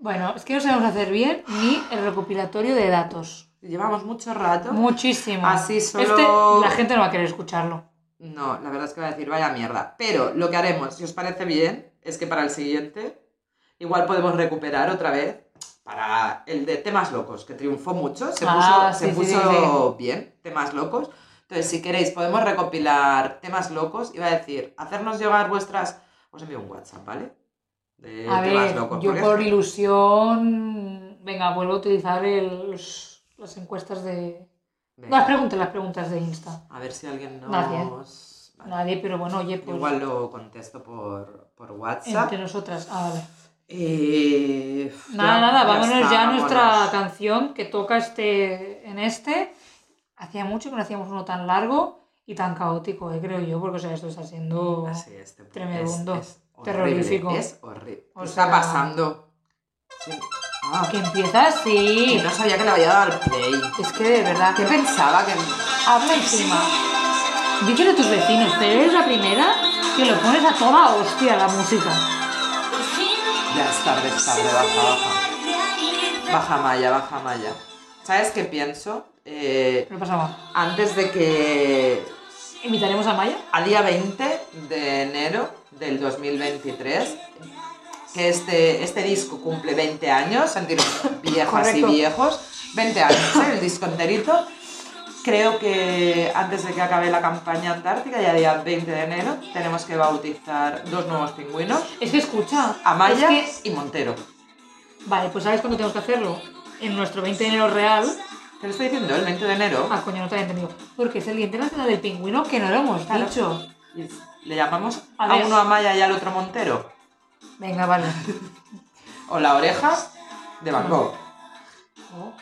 [SPEAKER 1] Bueno, es que no sabemos hacer bien ni el recopilatorio de datos.
[SPEAKER 2] Llevamos mucho rato.
[SPEAKER 1] Muchísimo.
[SPEAKER 2] Así solo-
[SPEAKER 1] Este, la gente no va a querer escucharlo.
[SPEAKER 2] No, la verdad es que va a decir vaya mierda. Pero lo que haremos, si os parece bien, es que para el siguiente igual podemos recuperar otra vez para el de temas locos, que triunfó mucho, se puso,
[SPEAKER 1] Ah,
[SPEAKER 2] se
[SPEAKER 1] sí, sí,
[SPEAKER 2] puso
[SPEAKER 1] sí,
[SPEAKER 2] bien, temas locos. Entonces, si queréis, podemos recopilar temas locos. Iba a decir, hacernos llegar vuestras... Os envío un WhatsApp, ¿vale? De
[SPEAKER 1] A
[SPEAKER 2] temas
[SPEAKER 1] ver,
[SPEAKER 2] locos.
[SPEAKER 1] yo
[SPEAKER 2] porque-
[SPEAKER 1] por ilusión. Venga, vuelvo a utilizar el- los- las encuestas de.
[SPEAKER 2] Venga,
[SPEAKER 1] Las preguntas, las preguntas de Insta.
[SPEAKER 2] A ver si alguien nos... Vale.
[SPEAKER 1] Nadie, pero bueno, oye, pues.
[SPEAKER 2] Igual lo contesto por, por WhatsApp.
[SPEAKER 1] entre nosotras. Ah, vale.
[SPEAKER 2] Eh,
[SPEAKER 1] Nada,
[SPEAKER 2] ya-
[SPEAKER 1] nada,
[SPEAKER 2] ya
[SPEAKER 1] vámonos ya,
[SPEAKER 2] está,
[SPEAKER 1] a nuestra
[SPEAKER 2] vámonos.
[SPEAKER 1] canción que toca este en este. Hacía mucho que no hacíamos uno tan largo y tan caótico, eh, creo yo, porque o sea, esto está siendo.
[SPEAKER 2] Ah, sí, este es-
[SPEAKER 1] Tremebundo.
[SPEAKER 2] es horrible,
[SPEAKER 1] Terrorífico.
[SPEAKER 2] Es horrible.
[SPEAKER 1] O
[SPEAKER 2] ¿Qué
[SPEAKER 1] sea-
[SPEAKER 2] está pasando? Sí. Ah,
[SPEAKER 1] Que empieza así.
[SPEAKER 2] no sabía que le había dado al play.
[SPEAKER 1] Es que de verdad,
[SPEAKER 2] ¿Qué
[SPEAKER 1] que
[SPEAKER 2] pensaba que.?
[SPEAKER 1] habla encima. Dicen a tus vecinos, pero eres la primera que lo pones a toda hostia la música.
[SPEAKER 2] Ya es tarde, es tarde, baja, baja. Baja malla, baja malla. ¿Sabes qué pienso? Eh,
[SPEAKER 1] No pasa nada.
[SPEAKER 2] antes de que.
[SPEAKER 1] ¿Imitaremos a Maya?
[SPEAKER 2] A día 20 de enero del 2023, que este, este disco cumple 20 años, sentirnos viejas y
[SPEAKER 1] Correcto.
[SPEAKER 2] viejos, 20 años, ¿eh? el disco enterito. Creo que antes de que acabe la campaña antártica, ya día 20 de enero, tenemos que bautizar dos nuevos pingüinos,
[SPEAKER 1] Es que escucha.
[SPEAKER 2] Amaya
[SPEAKER 1] es
[SPEAKER 2] y Montero.
[SPEAKER 1] que- Vale, pues ¿sabes cuándo tenemos que hacerlo? En nuestro 20 de enero real.
[SPEAKER 2] ¿Qué le estoy diciendo? El 20 de enero.
[SPEAKER 1] Ah, coño, no te había entendido. Porque es el Día Internacional del Pingüino que no lo hemos
[SPEAKER 2] Claro.
[SPEAKER 1] dicho.
[SPEAKER 2] Y ¿Le llamamos
[SPEAKER 1] A
[SPEAKER 2] a,
[SPEAKER 1] ver.
[SPEAKER 2] uno Amaya y al otro Montero?
[SPEAKER 1] Venga, vale.
[SPEAKER 2] ¿O la oreja de Van Gogh?
[SPEAKER 1] Oh.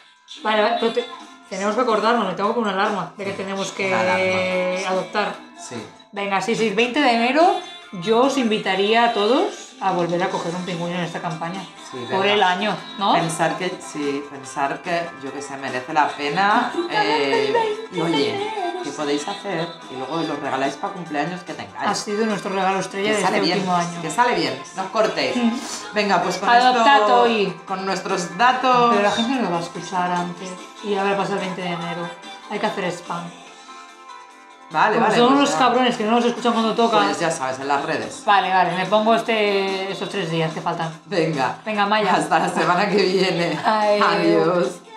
[SPEAKER 1] Vale, vale, pero te- tenemos que acordarnos, me tengo con una alarma de que tenemos que
[SPEAKER 2] Una alarma.
[SPEAKER 1] adoptar.
[SPEAKER 2] Sí.
[SPEAKER 1] Venga, sí, sí, 20 de enero yo os invitaría a todos a volver a coger un pingüino en esta campaña.
[SPEAKER 2] Sí,
[SPEAKER 1] Por
[SPEAKER 2] venga.
[SPEAKER 1] el año, ¿no?
[SPEAKER 2] Pensar que, sí, pensar que, yo que sé, merece la
[SPEAKER 1] Ah,
[SPEAKER 2] pena. eh, y oye, ¿qué podéis hacer? Y luego los regaláis para cumpleaños que
[SPEAKER 1] Ha
[SPEAKER 2] tengáis.
[SPEAKER 1] sido nuestro regalo estrella
[SPEAKER 2] Que
[SPEAKER 1] de
[SPEAKER 2] sale
[SPEAKER 1] este
[SPEAKER 2] bien,
[SPEAKER 1] último año. Mm.
[SPEAKER 2] que sale bien, no os cortéis. Venga, pues con,
[SPEAKER 1] Adoptad
[SPEAKER 2] esto,
[SPEAKER 1] hoy.
[SPEAKER 2] con nuestros datos.
[SPEAKER 1] Oh. Pero la gente no lo va a escuchar antes y ahora pasa el 20 de enero. Hay que hacer spam.
[SPEAKER 2] Vale,
[SPEAKER 1] Como
[SPEAKER 2] vale.
[SPEAKER 1] son
[SPEAKER 2] pues
[SPEAKER 1] unos
[SPEAKER 2] ya-
[SPEAKER 1] cabrones que no nos escuchan cuando toca.
[SPEAKER 2] Pues ya sabes, en las redes.
[SPEAKER 1] Vale, vale, me pongo este, estos tres días que faltan.
[SPEAKER 2] Venga,
[SPEAKER 1] Venga, Maya.
[SPEAKER 2] hasta la semana que viene.
[SPEAKER 1] Adiós.
[SPEAKER 2] Adiós.